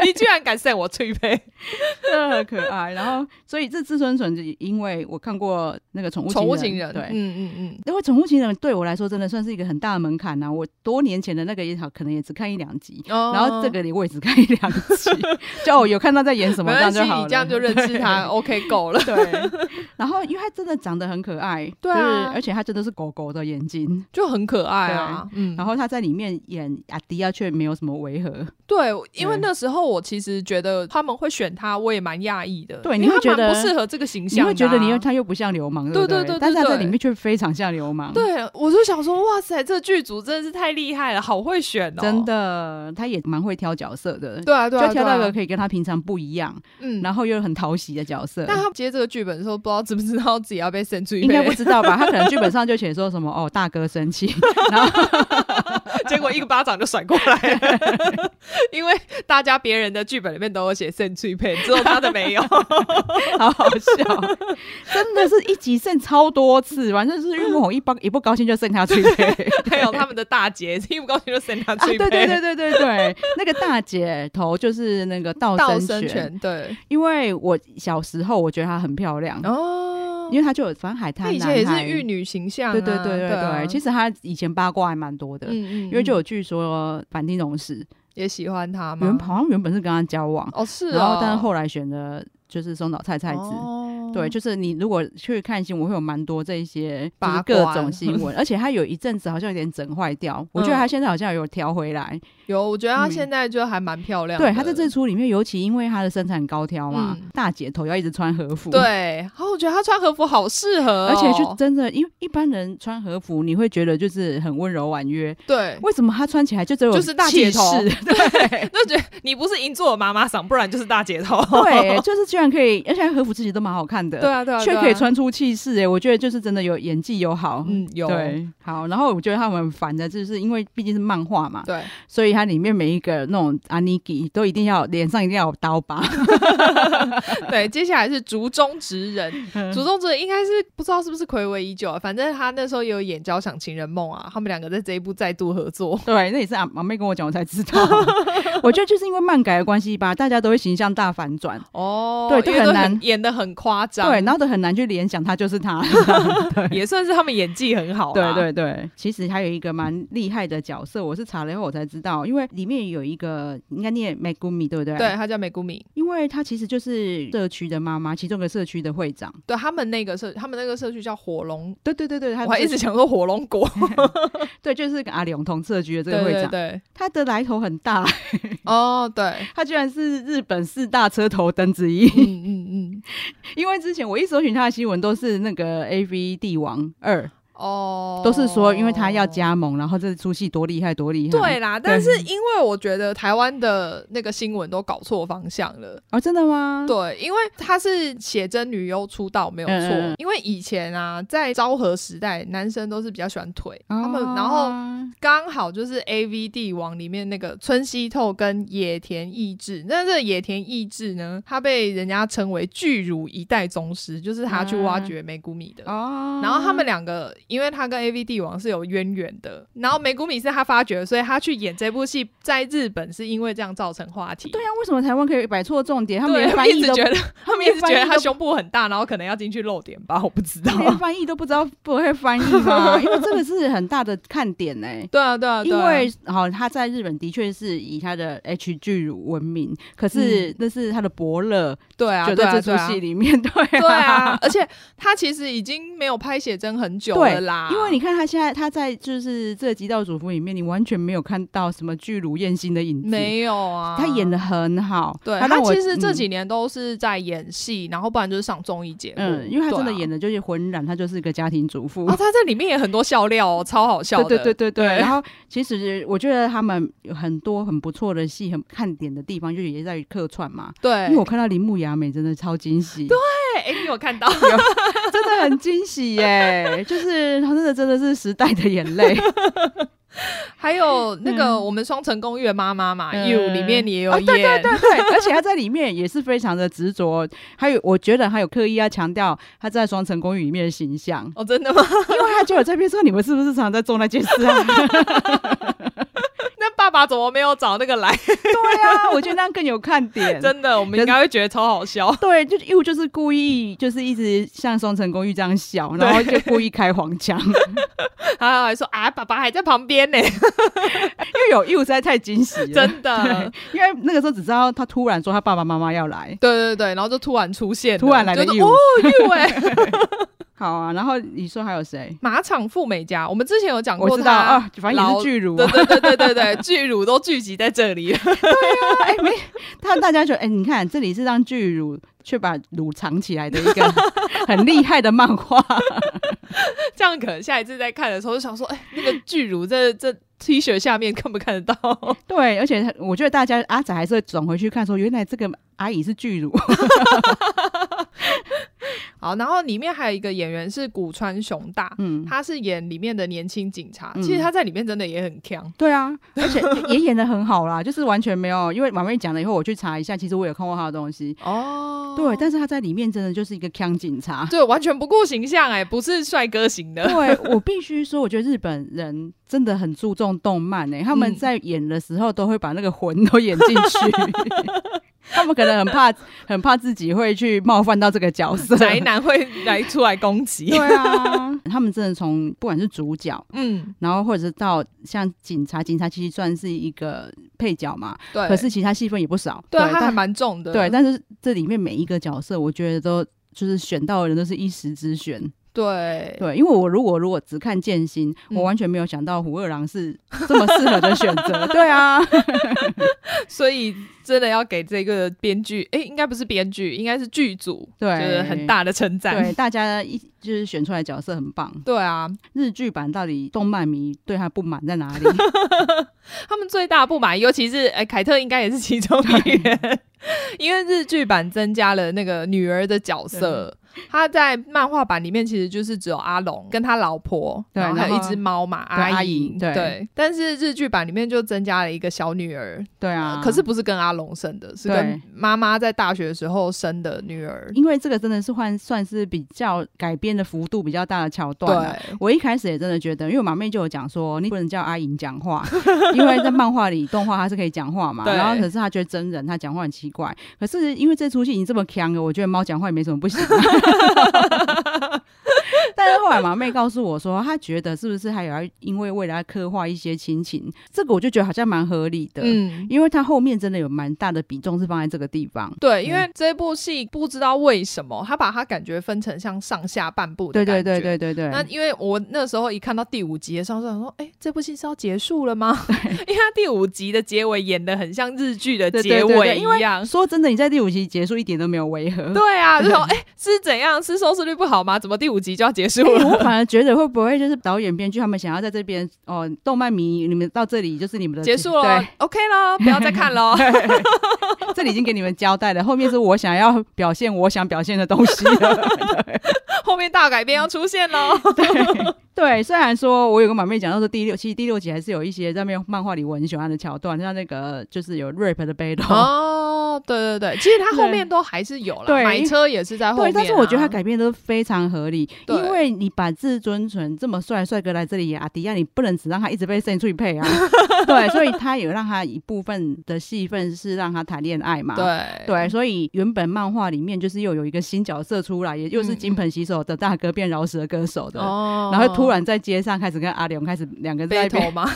Speaker 2: 你居然敢扇我翠佩，嗯
Speaker 1: 真的很可爱。然后，所以这自尊纯，因为我看过那个宠物
Speaker 2: 宠物情人，
Speaker 1: 对，
Speaker 2: 嗯嗯
Speaker 1: 因为宠物情人对我来说真的算是一个很大的门槛呐、我多年前的那个也好，可能也只看一两集，
Speaker 2: 嗯，哦
Speaker 1: 然后这个我也只看一两集， 就哦有看到在演什么，
Speaker 2: 没
Speaker 1: 这
Speaker 2: 关
Speaker 1: 样
Speaker 2: 系，
Speaker 1: 就好
Speaker 2: 你
Speaker 1: 了。
Speaker 2: 这样就认识他，OK 够了。
Speaker 1: 对。对，然后因为它真的长得很可爱，
Speaker 2: 对啊
Speaker 1: 就是而且它真的是狗狗的眼睛。
Speaker 2: 就很可爱啊，嗯，
Speaker 1: 然后他在里面演阿迪亚却没有什么违和，
Speaker 2: 对，因为
Speaker 1: 对
Speaker 2: 那时候我其实觉得他们会选他，我也蛮讶异的，
Speaker 1: 对
Speaker 2: 因
Speaker 1: 你
Speaker 2: 为
Speaker 1: 会
Speaker 2: 他
Speaker 1: 觉得
Speaker 2: 蛮不适合这个形
Speaker 1: 你
Speaker 2: 象的啊、
Speaker 1: 会觉得你又他又不像流氓，不
Speaker 2: 对对
Speaker 1: 对
Speaker 2: 对对
Speaker 1: 但是他在
Speaker 2: 对
Speaker 1: 里面却非常像流氓，
Speaker 2: 对，我就想说，哇塞，这剧组真的是太厉害了，好会选哦，
Speaker 1: 真，的，他也蛮会挑角色的，
Speaker 2: 对啊，对啊，
Speaker 1: 就挑到一
Speaker 2: 对
Speaker 1: 个
Speaker 2: 啊，
Speaker 1: 可以跟他平常不一样，
Speaker 2: 嗯，
Speaker 1: 然后又很讨喜的角色。
Speaker 2: 但他接这个剧本的时候，不知道知不知道自己要被删出一
Speaker 1: 应该不
Speaker 2: 杯，
Speaker 1: 知道吧？他可能剧本上就写说什么哦， 大哥生气，然后
Speaker 2: 结果一个巴掌就甩过来了 因为大家别人的剧本里面都有写删出一杯，只有他的没有。
Speaker 1: 好好笑，真的是一集剩超多次，反正就是玉木宏一帮一不高兴就剩他 最配。
Speaker 2: 还有他们的大姐， 一不高兴就扇他
Speaker 1: 啊，
Speaker 2: 嘴
Speaker 1: 对
Speaker 2: 巴。
Speaker 1: 对对对对对，那个大姐头就是那个道
Speaker 2: 道
Speaker 1: 生
Speaker 2: 生
Speaker 1: 犬，
Speaker 2: 拳对
Speaker 1: 因为我小时候我觉得她很漂亮，
Speaker 2: 哦
Speaker 1: 因为她就有反正海
Speaker 2: 他
Speaker 1: 滩
Speaker 2: 以
Speaker 1: 男
Speaker 2: 前也是
Speaker 1: 孩
Speaker 2: 玉女形象、啊，
Speaker 1: 对对对对对，
Speaker 2: 啊
Speaker 1: 其实她以前八卦还蛮多的，
Speaker 2: 嗯嗯，
Speaker 1: 因为就有据说反町隆史
Speaker 2: 也喜欢他嘛，
Speaker 1: 原好像原本是跟她交往，
Speaker 2: 嗯哦是哦，
Speaker 1: 然后但是后来选的就是松岛菜菜子。
Speaker 2: 哦
Speaker 1: 对，就是你如果去看新闻，会有蛮多这一些就是
Speaker 2: 八
Speaker 1: 各
Speaker 2: 卦
Speaker 1: 种新 闻，而且她有一阵子好像有点整坏掉，我觉得
Speaker 2: 嗯
Speaker 1: 她现在好像有调回来。
Speaker 2: 有，我觉得他
Speaker 1: 嗯
Speaker 2: 现在就还蛮漂亮的，
Speaker 1: 对，她在这出里面，尤其因为她的身材很高挑嘛，
Speaker 2: 嗯
Speaker 1: 大姐头要一直穿和服。
Speaker 2: 对，。然后我觉得他穿和服好适合哦、
Speaker 1: 而且就真的，因为一般人穿和服，你会觉得就是很温柔婉约。
Speaker 2: 对。
Speaker 1: 为什么她穿起来就只有
Speaker 2: 就是大姐
Speaker 1: 气
Speaker 2: 头
Speaker 1: 势 对
Speaker 2: 就觉得你不是银座妈妈桑，不然就是大姐 头。
Speaker 1: 对，就是居然可以，而且和服自己都蛮好看的。
Speaker 2: 对啊，对啊，
Speaker 1: 却
Speaker 2: 对啊
Speaker 1: 可以。穿出气势哎，我觉得就是真的有演技有好，
Speaker 2: 嗯有
Speaker 1: 对好，然后我觉得他们很烦的就是因为毕竟是漫画嘛，
Speaker 2: 对，
Speaker 1: 所以它里面每一个那种阿尼基都一定要脸上一定要有刀疤，
Speaker 2: 对，接下来是竹中直人，
Speaker 1: 嗯
Speaker 2: 竹中直人应该是不知道是不是暌违已久啊，反正他那时候也有演《交响情人梦》啊，他们两个在这一部再度合作。
Speaker 1: 对，那也是阿阿妹跟我讲我才知 道，我觉得就是因为漫改的关系吧，大家都会形象大反转，
Speaker 2: 哦，
Speaker 1: 对就
Speaker 2: 因为
Speaker 1: 很
Speaker 2: 都
Speaker 1: 难
Speaker 2: 演的很夸张，
Speaker 1: 对，然后都很难去联想他就是他，
Speaker 2: 也算是他们演技很好啦，
Speaker 1: 对对对，其实还有一个蛮厉害的角色，我是查了以后我才知道，因为里面有一个应该念 Megumi 对不对？
Speaker 2: 对，，他叫美谷米，
Speaker 1: 因为她其实就是社区的妈妈，其中一个社区的会长。
Speaker 2: 对他们那个社，他们那个社区叫火龙，
Speaker 1: 对对对对，她
Speaker 2: 我还一直想说火龙 果，
Speaker 1: 对，就是跟阿勇同社区的这
Speaker 2: 对
Speaker 1: 个会
Speaker 2: 对
Speaker 1: 长，
Speaker 2: 对，
Speaker 1: 他的来头很大，
Speaker 2: 哦对，
Speaker 1: 他居然是日本四大车头灯之一。
Speaker 2: 嗯嗯嗯，
Speaker 1: 因为之前我一搜寻他的新闻，都是那个 A V 帝王二，
Speaker 2: 哦，
Speaker 1: 都是说因为他要。加盟，然后这出戏多厉害多厉害。
Speaker 2: 对，啦，但是因为我觉得台湾的那个新闻都搞错方向了，
Speaker 1: 哦，真的吗？
Speaker 2: 对，因为她是写真女优出道没有错，
Speaker 1: 嗯嗯嗯
Speaker 2: 因为以前啊，在昭和时代，男生都是比较喜欢腿，
Speaker 1: 哦
Speaker 2: 他们然后
Speaker 1: 后
Speaker 2: 刚好就是 A V 帝王里面那个村西透跟野田义志，那这个野田义志呢，他被人家称为巨乳一代宗师，就是他去挖掘美谷米的。
Speaker 1: 哦，
Speaker 2: 然后他们两个，因为他跟 A V 帝王是有渊源的，然后美谷米是他发掘的，所以他去演这部戏，在日本是因为这样造成话题。
Speaker 1: 对啊，为什么台湾可以摆错重点？他们
Speaker 2: 对，
Speaker 1: 连
Speaker 2: 他
Speaker 1: 翻
Speaker 2: 们一
Speaker 1: 译
Speaker 2: 直
Speaker 1: 都
Speaker 2: 觉得，他们一直觉得
Speaker 1: 翻译
Speaker 2: 他
Speaker 1: 都
Speaker 2: 胸部很大，然后可能要进去露点吧，我不知道
Speaker 1: 他。连翻译都不知道不会翻译 吗？因为这个是很大的看点呢、
Speaker 2: 对啊，对啊，对
Speaker 1: 因
Speaker 2: 啊
Speaker 1: 为好，他在日本的确是以他的 H 巨乳闻名，可是
Speaker 2: 嗯
Speaker 1: 那是他的伯乐，
Speaker 2: 对啊，
Speaker 1: 就
Speaker 2: 对
Speaker 1: 在
Speaker 2: 啊，
Speaker 1: 这
Speaker 2: 对
Speaker 1: 出
Speaker 2: 啊
Speaker 1: 戏里面，对
Speaker 2: 对啊
Speaker 1: 啊，，
Speaker 2: 而且他其实已经没有拍写真很久
Speaker 1: 对
Speaker 2: 了啦，
Speaker 1: 因为你看他现在他在就是这个极道主夫里面，你完全没有看到什么巨乳艳星的影子，
Speaker 2: 没有啊，
Speaker 1: 他演的。很好，
Speaker 2: 对
Speaker 1: 让
Speaker 2: 他
Speaker 1: 我
Speaker 2: 其实这。
Speaker 1: 嗯
Speaker 2: 几年都是在演戏，然后不然就是上综艺节目。
Speaker 1: 嗯，因为他真的
Speaker 2: 对啊
Speaker 1: 演的就是浑然，他就是一个家庭主妇。
Speaker 2: 哦，他在里面也很多笑料哦，超好笑的。
Speaker 1: 对对对对对。
Speaker 2: 对
Speaker 1: 然后其实我觉得他们有很多很不错的戏，很看点的地方，就也在于客串嘛。
Speaker 2: 对
Speaker 1: 因为我看到铃木雅美真的超惊喜，对，
Speaker 2: 对， 哎，你有 看到？
Speaker 1: 真的很惊喜耶！就是他真的真的是时代的眼泪，
Speaker 2: 还有那个
Speaker 1: 嗯
Speaker 2: 我们《双城公寓》的妈妈嘛，《
Speaker 1: 嗯
Speaker 2: You》里面你也有
Speaker 1: 哦
Speaker 2: 演，，
Speaker 1: 对对对对，而且他在里面也是非常的执着，还有我觉得他有刻意要强调他在《双城公寓》里面的形象
Speaker 2: 哦，真的吗？
Speaker 1: 因为他就有在边说你们是不是常在做那件事啊？
Speaker 2: 那爸爸怎么没有找那个来？
Speaker 1: 对啊，我觉得那样更有看点。
Speaker 2: 真的，我们应该会觉得超好笑。
Speaker 1: 对，就又就是故意就是一直像双城公寓这样笑，然后就故意开黄腔， 因
Speaker 2: 还有还说啊，爸爸还在旁 边呢，
Speaker 1: 为有 you 实在太惊喜了。
Speaker 2: 真的
Speaker 1: 对。，因为那个时候只知道他突然说他爸爸妈妈要来，
Speaker 2: 对对对，然后就突然出现了，
Speaker 1: 突然来了
Speaker 2: 就是
Speaker 1: 义务
Speaker 2: 哦，玉伟
Speaker 1: 好啊，然后你说还有谁？
Speaker 2: 马场富美家，我们之前有讲过
Speaker 1: 我知道
Speaker 2: 他
Speaker 1: 啊，反正也
Speaker 2: 老
Speaker 1: 是巨乳
Speaker 2: 对
Speaker 1: 啊。
Speaker 2: 对对对对对，巨乳都聚集在这里了。
Speaker 1: 哎，没，他大家觉得，哎，你看这里是让巨乳却把乳藏起来的一 个很厉害的漫画。
Speaker 2: 这样可能下一次再看的时候就想说，哎、那个巨乳这这 T 恤下面看不看 得到？
Speaker 1: 对，而且他我觉得大家阿仔还是会转回去看，说原来这个阿姨是巨乳。
Speaker 2: 好，然后里面还有一个演员是古川雄大，
Speaker 1: 嗯，
Speaker 2: 他是演里面的年轻警察，
Speaker 1: 嗯
Speaker 2: 其实他在里面真的也很强。
Speaker 1: 对啊，而且也演的很 好啦，就是完全没有，因为马妹讲了以后，我去查一下，其实我有看过他的东西。
Speaker 2: 哦
Speaker 1: 对，但是他在里面真的就是一个腔警察。
Speaker 2: 对，完全不顾形象、哎，不是帅哥 型 的。
Speaker 1: 对我必须说，我觉得日本人真的很注重动漫诶、他们
Speaker 2: 嗯
Speaker 1: 在演的时候都会把那个魂都演进 去。他们可能很怕，很怕自己会去冒犯到这个角色。
Speaker 2: 宅 男会来出来攻击
Speaker 1: 对，啊，他们真的从不管是主角，
Speaker 2: 嗯，
Speaker 1: 然后或者是到像警察，警察其实算是一个配角嘛，
Speaker 2: 对。
Speaker 1: 可是其他戏份也不少。
Speaker 2: 对啊，他还
Speaker 1: 但
Speaker 2: 蛮重的，
Speaker 1: 对，但是这里面每一个角色，我觉得都就是选到的人都是一时之选。
Speaker 2: 对
Speaker 1: 对，因为我如果如果只看剑心，
Speaker 2: 嗯
Speaker 1: 我完全没有想到虎二郎是这么适合的选择。 对啊，
Speaker 2: 所以真的要给这个编剧，哎、应该不是编剧，应该是剧组，
Speaker 1: 对
Speaker 2: 就是很大的称赞。
Speaker 1: 对大家一就是选出来的角色很棒。
Speaker 2: 对啊，
Speaker 1: 日剧版到底动漫迷对他不满在哪里？
Speaker 2: 他们最大的不满，尤其是哎、凯特应该也是其中一员， 因为日剧版增加了那个女儿的角色。她在漫画版里面其实就是只有阿龙跟他老婆，
Speaker 1: 对
Speaker 2: 然后还有
Speaker 1: 然
Speaker 2: 一
Speaker 1: 后
Speaker 2: 只猫嘛，
Speaker 1: 对阿
Speaker 2: 姨
Speaker 1: 姨，对
Speaker 2: 但是日剧版里面就增加了一个小女儿，
Speaker 1: 对啊，
Speaker 2: 可是不是跟阿龙生的，是
Speaker 1: 对
Speaker 2: 跟妈妈在大学的时候生的女儿。
Speaker 1: 因为这个真的是换算是比较改编的幅度比较大的桥段、啊。
Speaker 2: 对，
Speaker 1: 我一开始也真的觉得，因为我马妹就有讲说，你不能叫阿莹讲话， 因为在漫画里动画她是可以讲话嘛，
Speaker 2: 对
Speaker 1: 然后可是她觉得真人她讲话很奇怪，可是因为这出戏已经这么强了，我觉得猫讲话也没什么不行、啊 但是后来马妹告诉我说，她觉得是不是还有要因为为了要刻画一些亲情，这个我就觉得好像蛮合理的，
Speaker 2: 嗯，
Speaker 1: 因为她后面真的有蛮大的比重是放在这个地方。
Speaker 2: 对，因为这部戏不知道为什么，他把它感觉分成像上下半部的
Speaker 1: 对
Speaker 2: 感
Speaker 1: 对
Speaker 2: 觉。
Speaker 1: 对对对对，
Speaker 2: 那因为我那时候一看到第五集的时候，就想说，哎、这部戏是要结束 了吗？因为它第五集的结尾演的很像日剧的
Speaker 1: 对对
Speaker 2: 结
Speaker 1: 对对
Speaker 2: 尾
Speaker 1: 因为
Speaker 2: 一样。
Speaker 1: 说真的，你在第五集结束一点都没有违和。
Speaker 2: 对啊，就说哎、是怎样？是收视率不好吗？怎么第五集就要结束
Speaker 1: 哎
Speaker 2: 了？
Speaker 1: 我反而觉得会不会就是导演、编剧他们想要在这边哦，动漫迷你们到这里就是你们的
Speaker 2: 结束了
Speaker 1: 对
Speaker 2: ，OK 了，不要再看了。
Speaker 1: 这里已经给你们交代了，后面是我想要表现我想表现的东西了。
Speaker 2: 后面大改编要出现了。
Speaker 1: 对对，虽然说我有个满妹讲到说第六，其实第六集还是有一些在面漫画里我很喜欢的桥段，像那个就是有 rap 的 battle。
Speaker 2: 哦， 对对对，其实它后面都还是有啦，
Speaker 1: 对
Speaker 2: 买车也是在后面、
Speaker 1: 对，
Speaker 2: 啊。
Speaker 1: 但是我觉得他改变都非常合理，
Speaker 2: 对
Speaker 1: 因为你把至尊纯这么帅的帅哥来这里演啊阿迪亚，你不能只让他一直被圣出去配 啊。对，所以他有让他一部分的戏份是让他谈恋爱嘛。。
Speaker 2: 对
Speaker 1: 对，所以原本漫画里面就是又有一个新角色出来，也就是金盆洗手的大哥变饶舌歌手的，
Speaker 2: 嗯哦
Speaker 1: 然后突然在街上开始跟阿良开始两个人在
Speaker 2: 背
Speaker 1: 那边
Speaker 2: 头嘛，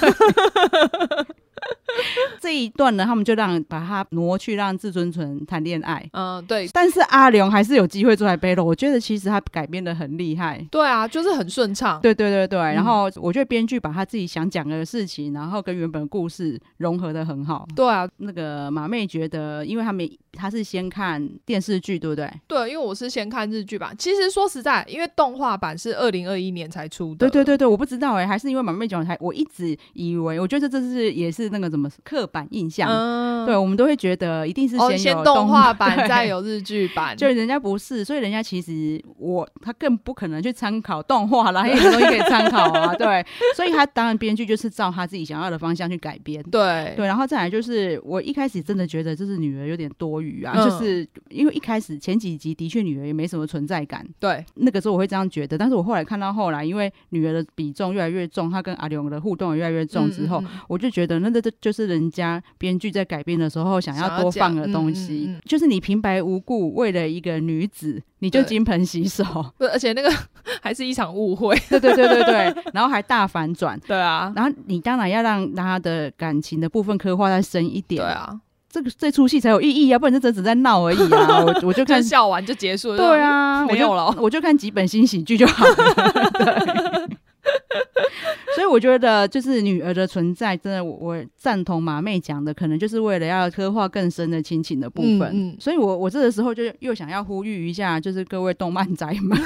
Speaker 1: 这一段呢，他们就让把他挪去让至尊纯谈恋爱，
Speaker 2: 嗯，对
Speaker 1: 但是阿良还是有机会出来背了。我觉得其实他改编的很厉害，
Speaker 2: 对啊，就是很顺畅。
Speaker 1: 对对对对，
Speaker 2: 嗯
Speaker 1: 然后我觉得编剧把他自己想讲的事情，然后跟原本故事融合的很好。
Speaker 2: 对啊，
Speaker 1: 那个马妹觉得，因为他们他是先看电视剧，对不对？
Speaker 2: 对，因为我是先看日剧版。其实说实在，因为动画版是二零二一年才出的，
Speaker 1: 对对对对，我不知道哎、还是因为马妹讲台，我一直以为，我觉得这是也是那个什么刻板印象。
Speaker 2: 嗯，
Speaker 1: 对，我们都会觉得一定是
Speaker 2: 哦，
Speaker 1: 先
Speaker 2: 先
Speaker 1: 有
Speaker 2: 动画
Speaker 1: 对
Speaker 2: 版，再有日剧版，
Speaker 1: 就人家不是，所以人家其实我他更不可能去参考动画啦，因为有东西可以参考 啊，对，所以他当然编剧就是照他自己想要的方向去改编。
Speaker 2: 对
Speaker 1: 对，然后再来就是，我一开始真的觉得就是女儿有点多余啊，
Speaker 2: 嗯
Speaker 1: 就是因为一开始前几集的确女儿也没什么存在感，
Speaker 2: 对
Speaker 1: 那个时候我会这样觉得，但是我后来看到后来，因为女儿的比重越来越重，她跟阿勇的互动也越来越重之后，
Speaker 2: 嗯嗯嗯
Speaker 1: 我就觉得那这这就是人家编剧在改编的时候想
Speaker 2: 想
Speaker 1: 要
Speaker 2: 要
Speaker 1: 多
Speaker 2: 讲
Speaker 1: 放的
Speaker 2: 嗯
Speaker 1: 东
Speaker 2: 嗯
Speaker 1: 西，
Speaker 2: 嗯
Speaker 1: 就是你平白无故为了一个女子你就
Speaker 2: 对
Speaker 1: 金盆洗手，
Speaker 2: 不而且那个 还是一场误会，
Speaker 1: 对对对对对，然后还大反转。
Speaker 2: 对啊，
Speaker 1: 然后你当然要让他的感情的部分刻画再深一
Speaker 2: 对
Speaker 1: 点，，
Speaker 2: 啊，
Speaker 1: 这个这出戏才有意义啊，不然这真只在闹而已 啊。我我就
Speaker 2: 就
Speaker 1: 看
Speaker 2: 笑完就结束了，
Speaker 1: 对，啊，我
Speaker 2: 没
Speaker 1: 就
Speaker 2: 有了
Speaker 1: 我就看几本新喜剧就好了。 对所以我觉得，就是女儿的存在，真的我我赞同马妹讲的，可能就是为了要刻画更深的亲情的部分。
Speaker 2: 嗯嗯
Speaker 1: 所以我我这个时候就又想要呼吁一下，就是各位动漫宅 们，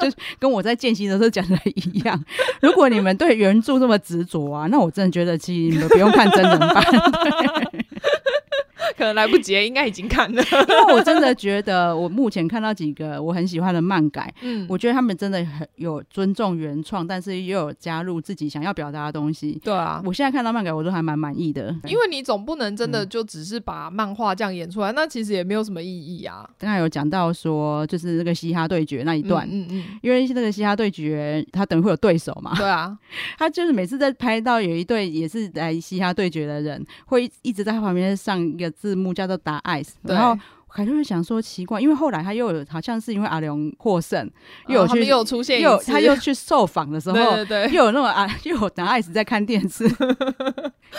Speaker 1: 就是跟我在见习的时候讲的一样，如果你们对原著这么执着啊，那我真的觉得其实你们不用看真人版。
Speaker 2: 可能来不及，应该已经看了，
Speaker 1: 因为我真的觉得，我目前看到几个我很喜欢的漫改，
Speaker 2: 嗯，
Speaker 1: 我觉得他们真的很有尊重原创，但是又有加入自己想要表达的东西。
Speaker 2: 对啊，
Speaker 1: 我现在看到漫改，我都还蛮满意的，
Speaker 2: 因为你总不能真的
Speaker 1: 嗯
Speaker 2: 就只是把漫画这样演出来，那其实也没有什么意义啊。
Speaker 1: 刚才有讲到说，就是那个嘻哈对决那一段。
Speaker 2: 嗯嗯
Speaker 1: 因为那个嘻哈对决，他等于会有对手嘛
Speaker 2: 嗯，，对啊，
Speaker 1: 他就是每次在拍到有一对也是来嘻哈对决的人，会一直在他旁边上一个字幕叫做“打 ice”，
Speaker 2: 对
Speaker 1: 然后凯特就想说奇怪，因为后来他又有好像是因为阿良获胜，又有
Speaker 2: 啊他
Speaker 1: 去
Speaker 2: 们又有出现一
Speaker 1: 又
Speaker 2: 次
Speaker 1: 他又去受访的时候，
Speaker 2: 对对对，
Speaker 1: 又有那种啊，又有拿爱 c 在看电 视，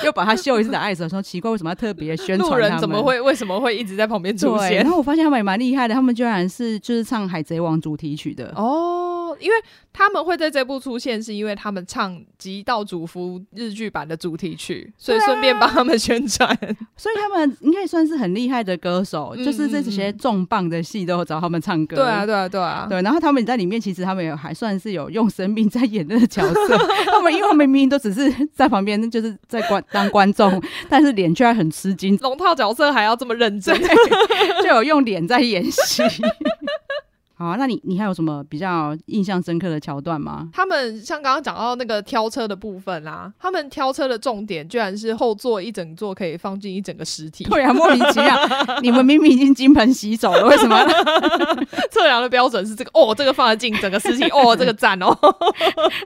Speaker 1: 又把他秀一次的爱 c 的时候，奇怪为什么要特别宣传
Speaker 2: 路
Speaker 1: 他们
Speaker 2: 人怎么会为什么会一直在旁边出
Speaker 1: 对？
Speaker 2: 现
Speaker 1: 然？ 后我发现他们也蛮厉害的，他们居然是就是唱《海贼王》主题曲的。
Speaker 2: 哦，因为他们会在这部出现，是因为他们唱《极道主夫》日剧版的主题曲，所以顺便
Speaker 1: 啊
Speaker 2: 帮他们宣 传。
Speaker 1: 所以他们应该算是很厉害的歌手，
Speaker 2: 嗯
Speaker 1: 就是这些重磅的戏都有找他们唱歌。
Speaker 2: 对啊，。对啊，对啊，
Speaker 1: 对，然后他们在里面，其实他们也还算是有用生命在演那个角色。 他们因为他们明明都只是在旁边，就是在观当观众，但是脸却还很吃惊，
Speaker 2: 龙套角色还要这么认真。
Speaker 1: 对， 就有用脸在演戏。 好、啊，那你你还有什么比较印象深刻的桥段吗？
Speaker 2: 他们像刚刚讲到那个挑车的部分啦、他们挑车的重点居然是后座一整座可以放进一整个尸体，
Speaker 1: 对啊，莫名其妙，你们明明已经金盆洗手了，为什么？
Speaker 2: 测量的标准是这个哦，这个放得进整个尸体 哦，这个赞哦，。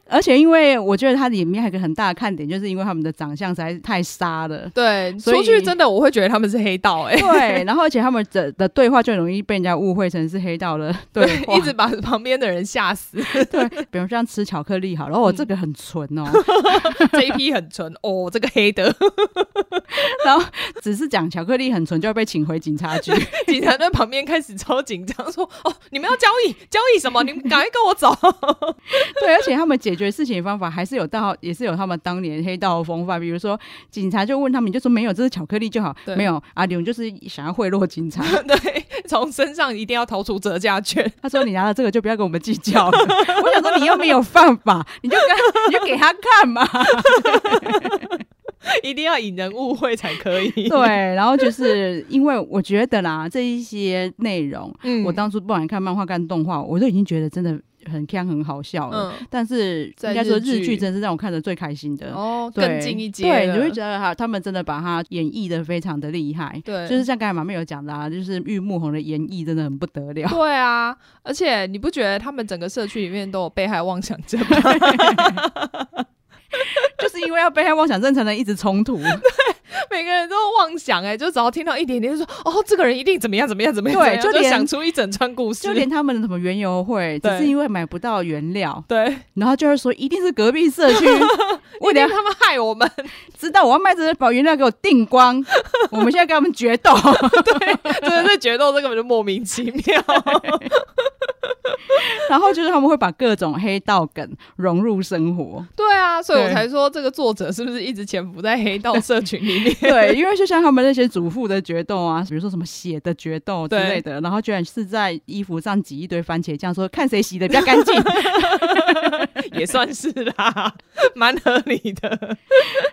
Speaker 1: 而且因为我觉得它里面还有一个很大的看点，就是因为他们的长相实在是太杀了
Speaker 2: 对，
Speaker 1: 所以
Speaker 2: 出去嗯真的我会觉得他们是黑道哎、
Speaker 1: 对，然后而且他们的的对话就容易被人家误会成是黑道的对 话，
Speaker 2: 一直把旁边的人吓死，
Speaker 1: 对，比如像吃巧克力好了，然后我这个很纯哦，
Speaker 2: 这一批很纯哦，这个黑的
Speaker 1: 然后只是讲巧克力很纯就要被请回警察局，
Speaker 2: 警察在旁边开始超紧张，说：“哦，你们要交易，交易什么？你们赶快跟我走。
Speaker 1: 对，而且他们解决事情的方法还是有到，也是有他们当年黑道的风范。比如说，警察就问他们，你就说没有，这是巧克力就好
Speaker 2: 对。”
Speaker 1: 没有，阿勇就是想要贿赂警察。
Speaker 2: 对，从身上一定要掏出折价券。
Speaker 1: 他说：“你拿了这个就不要跟我们计较了。” 我想说，你又没有犯法，你就跟你就给他看嘛。
Speaker 2: 一定要引人误会才可以。
Speaker 1: 对，然后就是因为我觉得啦，这一些内容，
Speaker 2: 嗯
Speaker 1: 我当初不管看漫画、看动画，我都已经觉得真的很看很好笑了。
Speaker 2: 嗯
Speaker 1: 但是
Speaker 2: 在
Speaker 1: 应该说，
Speaker 2: 日剧
Speaker 1: 日剧真是让我看的最开心的。
Speaker 2: 哦，
Speaker 1: 对
Speaker 2: 更进一阶了，
Speaker 1: 对，你会觉得他他们真的把他演绎的非常的厉害，
Speaker 2: 对
Speaker 1: 就是像刚才马妹有讲的啊，就是玉木宏的演绎真的很不得了。
Speaker 2: 对啊，而且你不觉得他们整个社区里面都有被害妄想症吗？
Speaker 1: 就是因为要被害妄想症，才能一直冲 突。
Speaker 2: 每个人都妄想哎、就只要听到一点点，就说哦，这个人一定怎么样怎么样怎么样，
Speaker 1: 对
Speaker 2: 怎么样
Speaker 1: 就
Speaker 2: 就
Speaker 1: 连
Speaker 2: 想出一整串故事
Speaker 1: 就。连他们的什么原油会，只
Speaker 2: 对
Speaker 1: 是因为买不到原料，
Speaker 2: 对，
Speaker 1: 然后就会说一定是隔壁社 区，我
Speaker 2: 一定
Speaker 1: 得
Speaker 2: 他们害我们，
Speaker 1: 知道我要卖这些，把原料给我订光。我们现在跟他们决斗。
Speaker 2: 真的是决斗，这根本就莫名其妙。
Speaker 1: 然后就是他们会把各种黑道梗融入生活。
Speaker 2: 对啊，所以我
Speaker 1: 对
Speaker 2: 才说这个作者是不是一直潜伏在黑道社群里 面？
Speaker 1: 对，因为就像他们那些主妇的决斗啊， 比如说什么血的决斗之类的，然后居然是在衣服上挤一堆番茄酱，说看谁洗的比较干 净。
Speaker 2: 也算是啦，蛮合理的。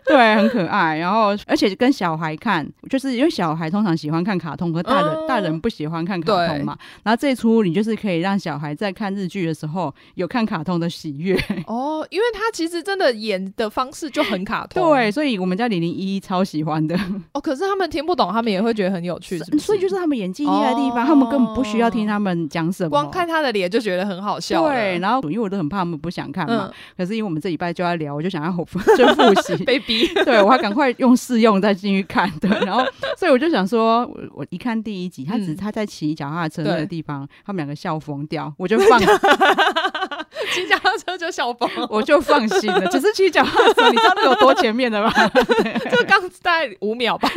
Speaker 1: 对，很可爱。然后而且跟小孩看，就是因为小孩通常喜欢看卡通，和大人、
Speaker 2: 哦
Speaker 1: 大人不喜欢看卡通嘛。然后这一出你就是可以让小孩在看日剧的时候有看卡通的喜悦。
Speaker 2: 哦，因为他其实真的演的方式就很卡通，
Speaker 1: 对，所以我们家李玲依依超喜欢的。
Speaker 2: 哦，可是他们听不懂，他们也会觉得很有趣，是不是
Speaker 1: 所以就是他们演技厉害的地方，他们根本不需要听
Speaker 2: 哦
Speaker 1: 他们讲什么，
Speaker 2: 光看他的脸就觉得很好笑了。
Speaker 1: 对，然后因为我都很怕他们不想看嘛，
Speaker 2: 嗯，
Speaker 1: 可是因为我们这礼拜就要聊，我就想要 就复习，
Speaker 2: 被逼。
Speaker 1: 对我要赶快用试用再进去看， 对，然后所以我就想说，我我一看第一集，他只
Speaker 2: 嗯
Speaker 1: 他在骑脚踏车那
Speaker 2: 对
Speaker 1: 个地方，他们两个笑疯掉，我就放
Speaker 2: 哦骑脚踏车就笑疯，
Speaker 1: 我就放心了，只是骑脚踏车，你知道那有多前面 的吗？
Speaker 2: 就刚大概五秒吧。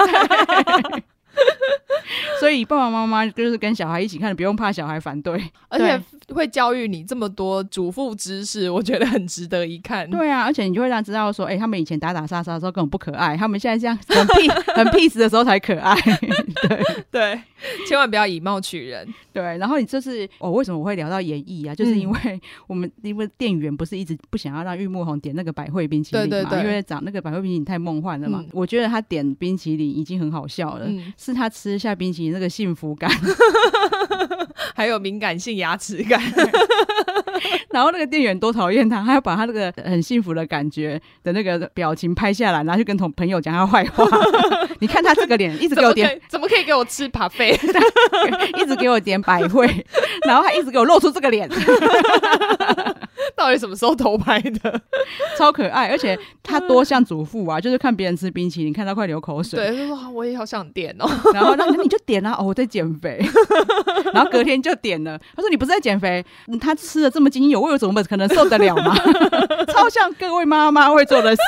Speaker 1: 所以爸爸妈妈就是跟小孩一起看，不用怕小孩反对，
Speaker 2: 而且会教育你这么多主妇知识，我觉得很值得一看。
Speaker 1: 对啊，而且你就会让知道说，哎、他们以前打打杀杀的时候根本不可爱，他们现在这样很 peace 很 peace 的时候才可爱。
Speaker 2: 对，千万不要以貌取人。
Speaker 1: 对，然后你就是哦，为什么我会聊到演艺啊？
Speaker 2: 嗯
Speaker 1: 就是因为我们、因为店员不是一直不想要让玉木宏点那个百惠冰淇淋嘛，
Speaker 2: 对对对
Speaker 1: 因为长那个百惠冰淇淋太梦幻了嘛。
Speaker 2: 嗯
Speaker 1: 我觉得他点冰淇淋已经很好笑了，
Speaker 2: 嗯，
Speaker 1: 是他吃下冰淇淋那个幸福感。
Speaker 2: 还有敏感性牙齿感，
Speaker 1: 然后那个店员多讨厌他，他要把他那个很幸福的感觉的那个表情拍下来，然后去跟同朋友讲他坏话。 你看他这个脸，一直
Speaker 2: 怎
Speaker 1: 给我
Speaker 2: 么
Speaker 1: 点
Speaker 2: 可以怎么可以给我吃 p 费？
Speaker 1: 一直给我点百惠， 然后还一直给我露出这个脸，
Speaker 2: 到底什么时候偷拍的？
Speaker 1: 超可爱。而且他多像祖父啊，就是看别人吃冰淇淋，看到快流口水，
Speaker 2: 对，就说哇我也好想点哦。
Speaker 1: 然后那那你就点啊，哦，我在减肥，然后隔天就点了。他说你不是在减肥，嗯他吃的这么津津有味，我怎么可能受得了吗？ 超像各位妈妈会做的事，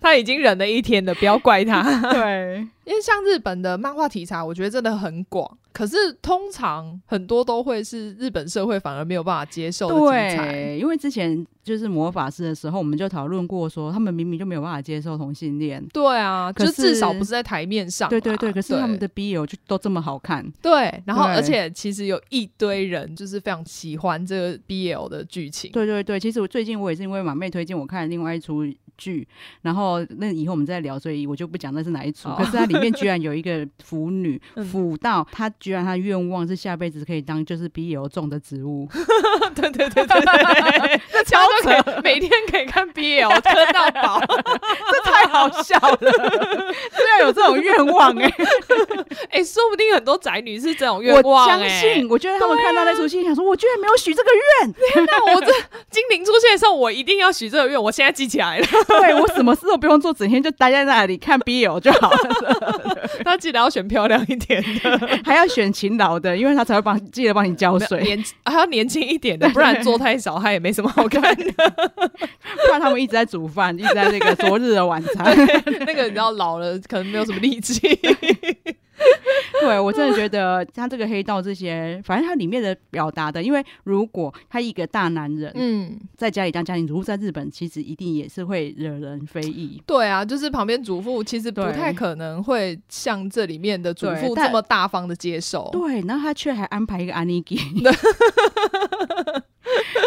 Speaker 2: 他已经忍了一天了，不要怪他。
Speaker 1: 对。
Speaker 2: 因为像日本的漫画题材，我觉得真的很广，可是通常很多都会是日本社会反而没有办法接受的题材。
Speaker 1: 对，因为之前就是魔法师的时候，我们就讨论过说，他们明明就没有办法接受同性恋，
Speaker 2: 对啊，
Speaker 1: 可
Speaker 2: 就是至少不是在台面上啦。
Speaker 1: 对对对，可是他们的 BL 就都这么好看，
Speaker 2: 对，然后
Speaker 1: 对
Speaker 2: 而且其实有一堆人就是非常喜欢这个 BL 的 剧情。
Speaker 1: 对对对，其实我最近我也是因为马妹推荐我看另外一出剧，然后那以后我们再聊，所以我就不讲那是哪一出。
Speaker 2: 哦
Speaker 1: 可是它里面居 然有一个腐女
Speaker 2: 嗯
Speaker 1: 腐到她居然她的愿望是下辈子可以当就是 BL 种的植 物，
Speaker 2: 对对对对对， 那超可以每天可以看 BL 磕到饱，
Speaker 1: 这太好笑了！ 居然有这种愿望哎、
Speaker 2: 哎、说不定很多宅女是这种 愿
Speaker 1: 我
Speaker 2: 望、啊哎，
Speaker 1: 相信，我觉得他们看到那出戏，想说我居然没有许这个愿，
Speaker 2: 那我这精灵出现的时候，我一定要许这个愿，我现在记起来了，
Speaker 1: 对我什么事都不用做，整天就待在那里看 BL 就好了，
Speaker 2: 那记得要选漂亮一点的，
Speaker 1: 还要选勤劳的，因为他才会帮记得帮你浇水。
Speaker 2: 年还要年轻一点的，不然做太少，他也没什么好看 的。
Speaker 1: 怕他们一直在煮饭，一直在那个昨日的晚 餐。
Speaker 2: 那个你知道老了，可能没有什么力气。
Speaker 1: 对我真的觉得他这个黑道这些，反正他里面的表达的，因为如果他一个大男人、
Speaker 2: 嗯，
Speaker 1: 在家里当家庭主妇，在日本其实一定也是会惹人非议。
Speaker 2: 对啊，就是旁边主妇其实不
Speaker 1: 对
Speaker 2: 太可能会像这里面的主
Speaker 1: 对
Speaker 2: 妇
Speaker 1: 但
Speaker 2: 这么大方的接受。
Speaker 1: 对，然后他却还安排一个安妮给。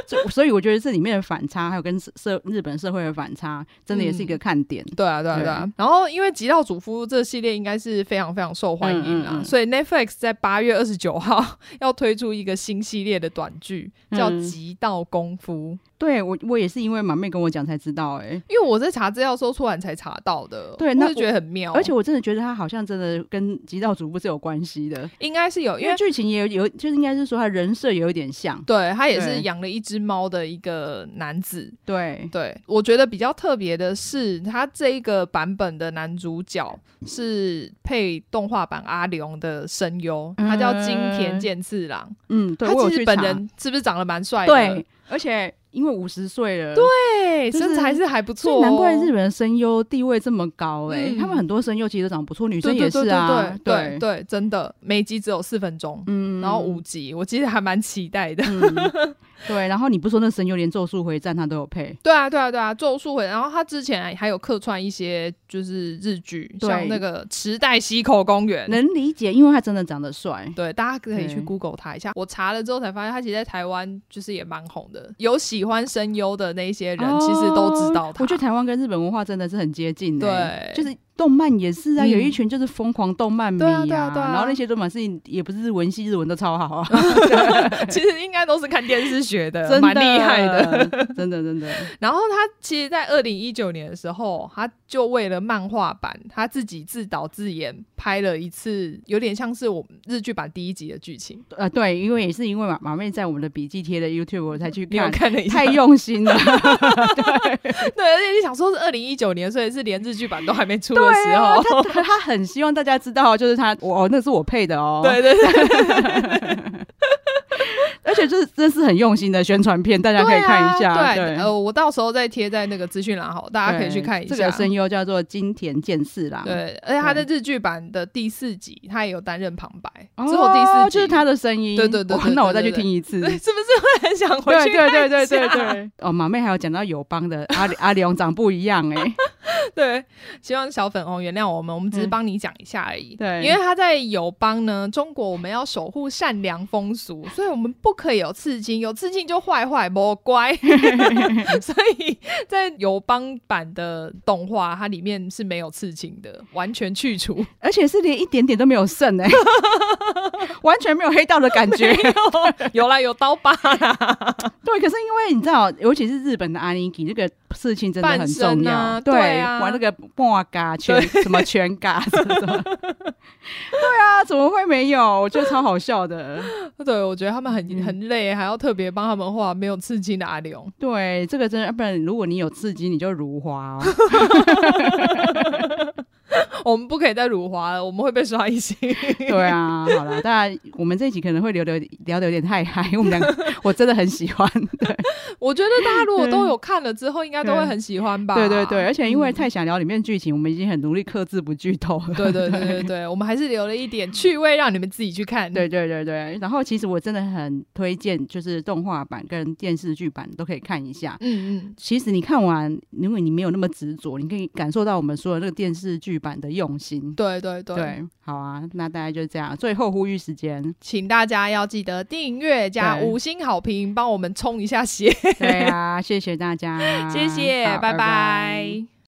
Speaker 1: 所所以我觉得这里面的反差，还有跟社社日本社会的反差，真的也是一个看点。
Speaker 2: 对啊，对啊，
Speaker 1: 对
Speaker 2: 对啊。然后，因为《极道主夫》这系列应该是非常非常受欢迎啊，
Speaker 1: 嗯嗯嗯
Speaker 2: 所以 Netflix 在八月二十九号 要推出一个新系列的短剧，叫
Speaker 1: 嗯
Speaker 2: 《极道功夫》。
Speaker 1: 对我，我也是因为马妹跟我讲才知道、哎，
Speaker 2: 因为我在查资料的时候，突然才查到的，
Speaker 1: 对
Speaker 2: 我
Speaker 1: 那
Speaker 2: 就觉得很妙，
Speaker 1: 而且我真的觉得他好像真的跟《极道主妇》是有关系的。
Speaker 2: 应该是有，因
Speaker 1: 因
Speaker 2: 为
Speaker 1: 为剧情也有有，就是应该是说他人设也有点像。
Speaker 2: 对他也是
Speaker 1: 对
Speaker 2: 养了一只猫的一个男子，
Speaker 1: 对，
Speaker 2: 对，我觉得比较特别的是，他这一个版本的男主角是配动画版阿龙的声优，他叫金田健次郎。
Speaker 1: 嗯，对，
Speaker 2: 他
Speaker 1: 我有
Speaker 2: 其实
Speaker 1: 去
Speaker 2: 本
Speaker 1: 查
Speaker 2: 人是不是长得蛮帅的？
Speaker 1: 对，而且因为五十岁了，
Speaker 2: 对，
Speaker 1: 就是
Speaker 2: 身材是还不
Speaker 1: 所以
Speaker 2: 错哦，
Speaker 1: 难怪日本的声优地位这么高哎、
Speaker 2: 嗯
Speaker 1: 他们很多声优其实都长得不错，女生
Speaker 2: 对
Speaker 1: 也
Speaker 2: 对
Speaker 1: 是
Speaker 2: 对
Speaker 1: 啊，
Speaker 2: 对对对，真的，每集只有四分钟，
Speaker 1: 嗯，
Speaker 2: 然后五集，我其实还蛮期待的。
Speaker 1: 嗯，对，然后你不说那声优连《咒术回战》他都有配，
Speaker 2: 对啊，对啊，对啊，咒术回，然后他之前还有客串一些就是日剧，
Speaker 1: 对
Speaker 2: 像那个《池袋西口公园》。
Speaker 1: 能理解，因为他真的长得帅。
Speaker 2: 对，大家可以去
Speaker 1: 对
Speaker 2: Google 他一下。我查了之后才发现，他其实在台湾就是也蛮红的，有喜欢声优的那一些人，其实都知道
Speaker 1: 哦
Speaker 2: 他。
Speaker 1: 我觉得台湾跟日本文化真的是很接近的、
Speaker 2: 对
Speaker 1: 就是动漫也是啊，
Speaker 2: 嗯
Speaker 1: 有一群就是疯狂动漫迷
Speaker 2: 对啊对啊对啊
Speaker 1: 然后那些都满是也不是日文系，日文都超好啊，
Speaker 2: 其实应该都是看电视学的，
Speaker 1: 真的
Speaker 2: 蛮厉害的。
Speaker 1: 的， 真的真的，
Speaker 2: 然后他其实，在二零一九年的时候，他就为了漫画版，他自己自导自演拍了一次，有点像是我们日剧版第一集的剧情。
Speaker 1: 呃，对，因为也是因为马马妹在我们的笔记贴的 YouTube 我才去
Speaker 2: 你有
Speaker 1: 看，
Speaker 2: 看了一下
Speaker 1: 太用心了，
Speaker 2: 对，而且你想说是二零一九年，所以是连日剧版都还没出的时
Speaker 1: 对啊
Speaker 2: 候。
Speaker 1: 他他他很希望大家知道，就是他我哦那是我配的哦，
Speaker 2: 对对对，
Speaker 1: 而且这这是很用心的宣传片，大家可以看一下。
Speaker 2: 对，呃，我到时候再贴在那个资讯栏好，大家可以去看一下。
Speaker 1: 对这个声啊优叫做金田健次郎，
Speaker 2: 对，而且他在日剧版的第四集，他也有担任旁白，
Speaker 1: 哦，
Speaker 2: 只有第四集
Speaker 1: 就是他的声音。
Speaker 2: 对对对对
Speaker 1: 哦
Speaker 2: 对
Speaker 1: 那我再
Speaker 2: 对
Speaker 1: 去
Speaker 2: 对
Speaker 1: 听一次。
Speaker 2: 对，是不是会很想回去
Speaker 1: 对对
Speaker 2: 看一下？
Speaker 1: 对对对对。哦，马妹还有讲到友邦的阿里阿里昂长不一样 哎，
Speaker 2: 对，希望小粉红原谅我们，我们
Speaker 1: 嗯
Speaker 2: 只是帮你讲一下而已。
Speaker 1: 对
Speaker 2: 因为他在友邦呢，中国我们要守护善良风俗，所以我们不可以有刺青，有刺青就坏坏，不 乖。所以在友邦版的动画，它里面是没有刺青的，完全 去除。
Speaker 1: 而且是连一点点都没有 剩哎，完全没有黑道的感觉。
Speaker 2: 有啦，有刀疤啦，
Speaker 1: 对，可是因为你知道，尤其是日本的阿尼基，这个事情真的很重
Speaker 2: 半身
Speaker 1: 要。
Speaker 2: 啊
Speaker 1: 对，
Speaker 2: 对啊
Speaker 1: 玩那个莫嘎全什么全嘎什么什么，对啊，怎么会没有？我觉得超好笑的。
Speaker 2: 对，我觉得他们
Speaker 1: 嗯
Speaker 2: 很很累，还要特别帮他们画没有刺青的阿龙。
Speaker 1: 对，这个真的，啊要不然如果你有刺激，你就如花哦。
Speaker 2: 我们不可以再辱华了，我们会被 刷一星。
Speaker 1: 对啊，好啦，大家我们这一集可能会聊得聊得有点太嗨，我们两个 我真的很喜欢。
Speaker 2: 我觉得大家如果都有看了之后，应该都会很喜欢
Speaker 1: 嗯
Speaker 2: 吧？
Speaker 1: 对对对，而且因为
Speaker 2: 嗯
Speaker 1: 太想聊里面剧情，我们已经很努力克制不剧透了。
Speaker 2: 对对对对对，我们还是留了一点趣味让你们自己去看。
Speaker 1: 对对对对，然后其实我真的很推荐，就是动画版跟电视剧版都可以看一下。
Speaker 2: 嗯，嗯
Speaker 1: 其实你看完，如果你没有那么执着，你可以感受到我们说的那个电视剧版的用心。
Speaker 2: 对对对，，
Speaker 1: 对，好啊，那大概就这样。最后呼吁时间
Speaker 2: 请大家要记得订阅加
Speaker 1: 对
Speaker 2: 五星好评， 帮我们冲一下血，
Speaker 1: 对啊，谢谢大家，
Speaker 2: 谢谢，
Speaker 1: 好
Speaker 2: 拜
Speaker 1: 拜
Speaker 2: 拜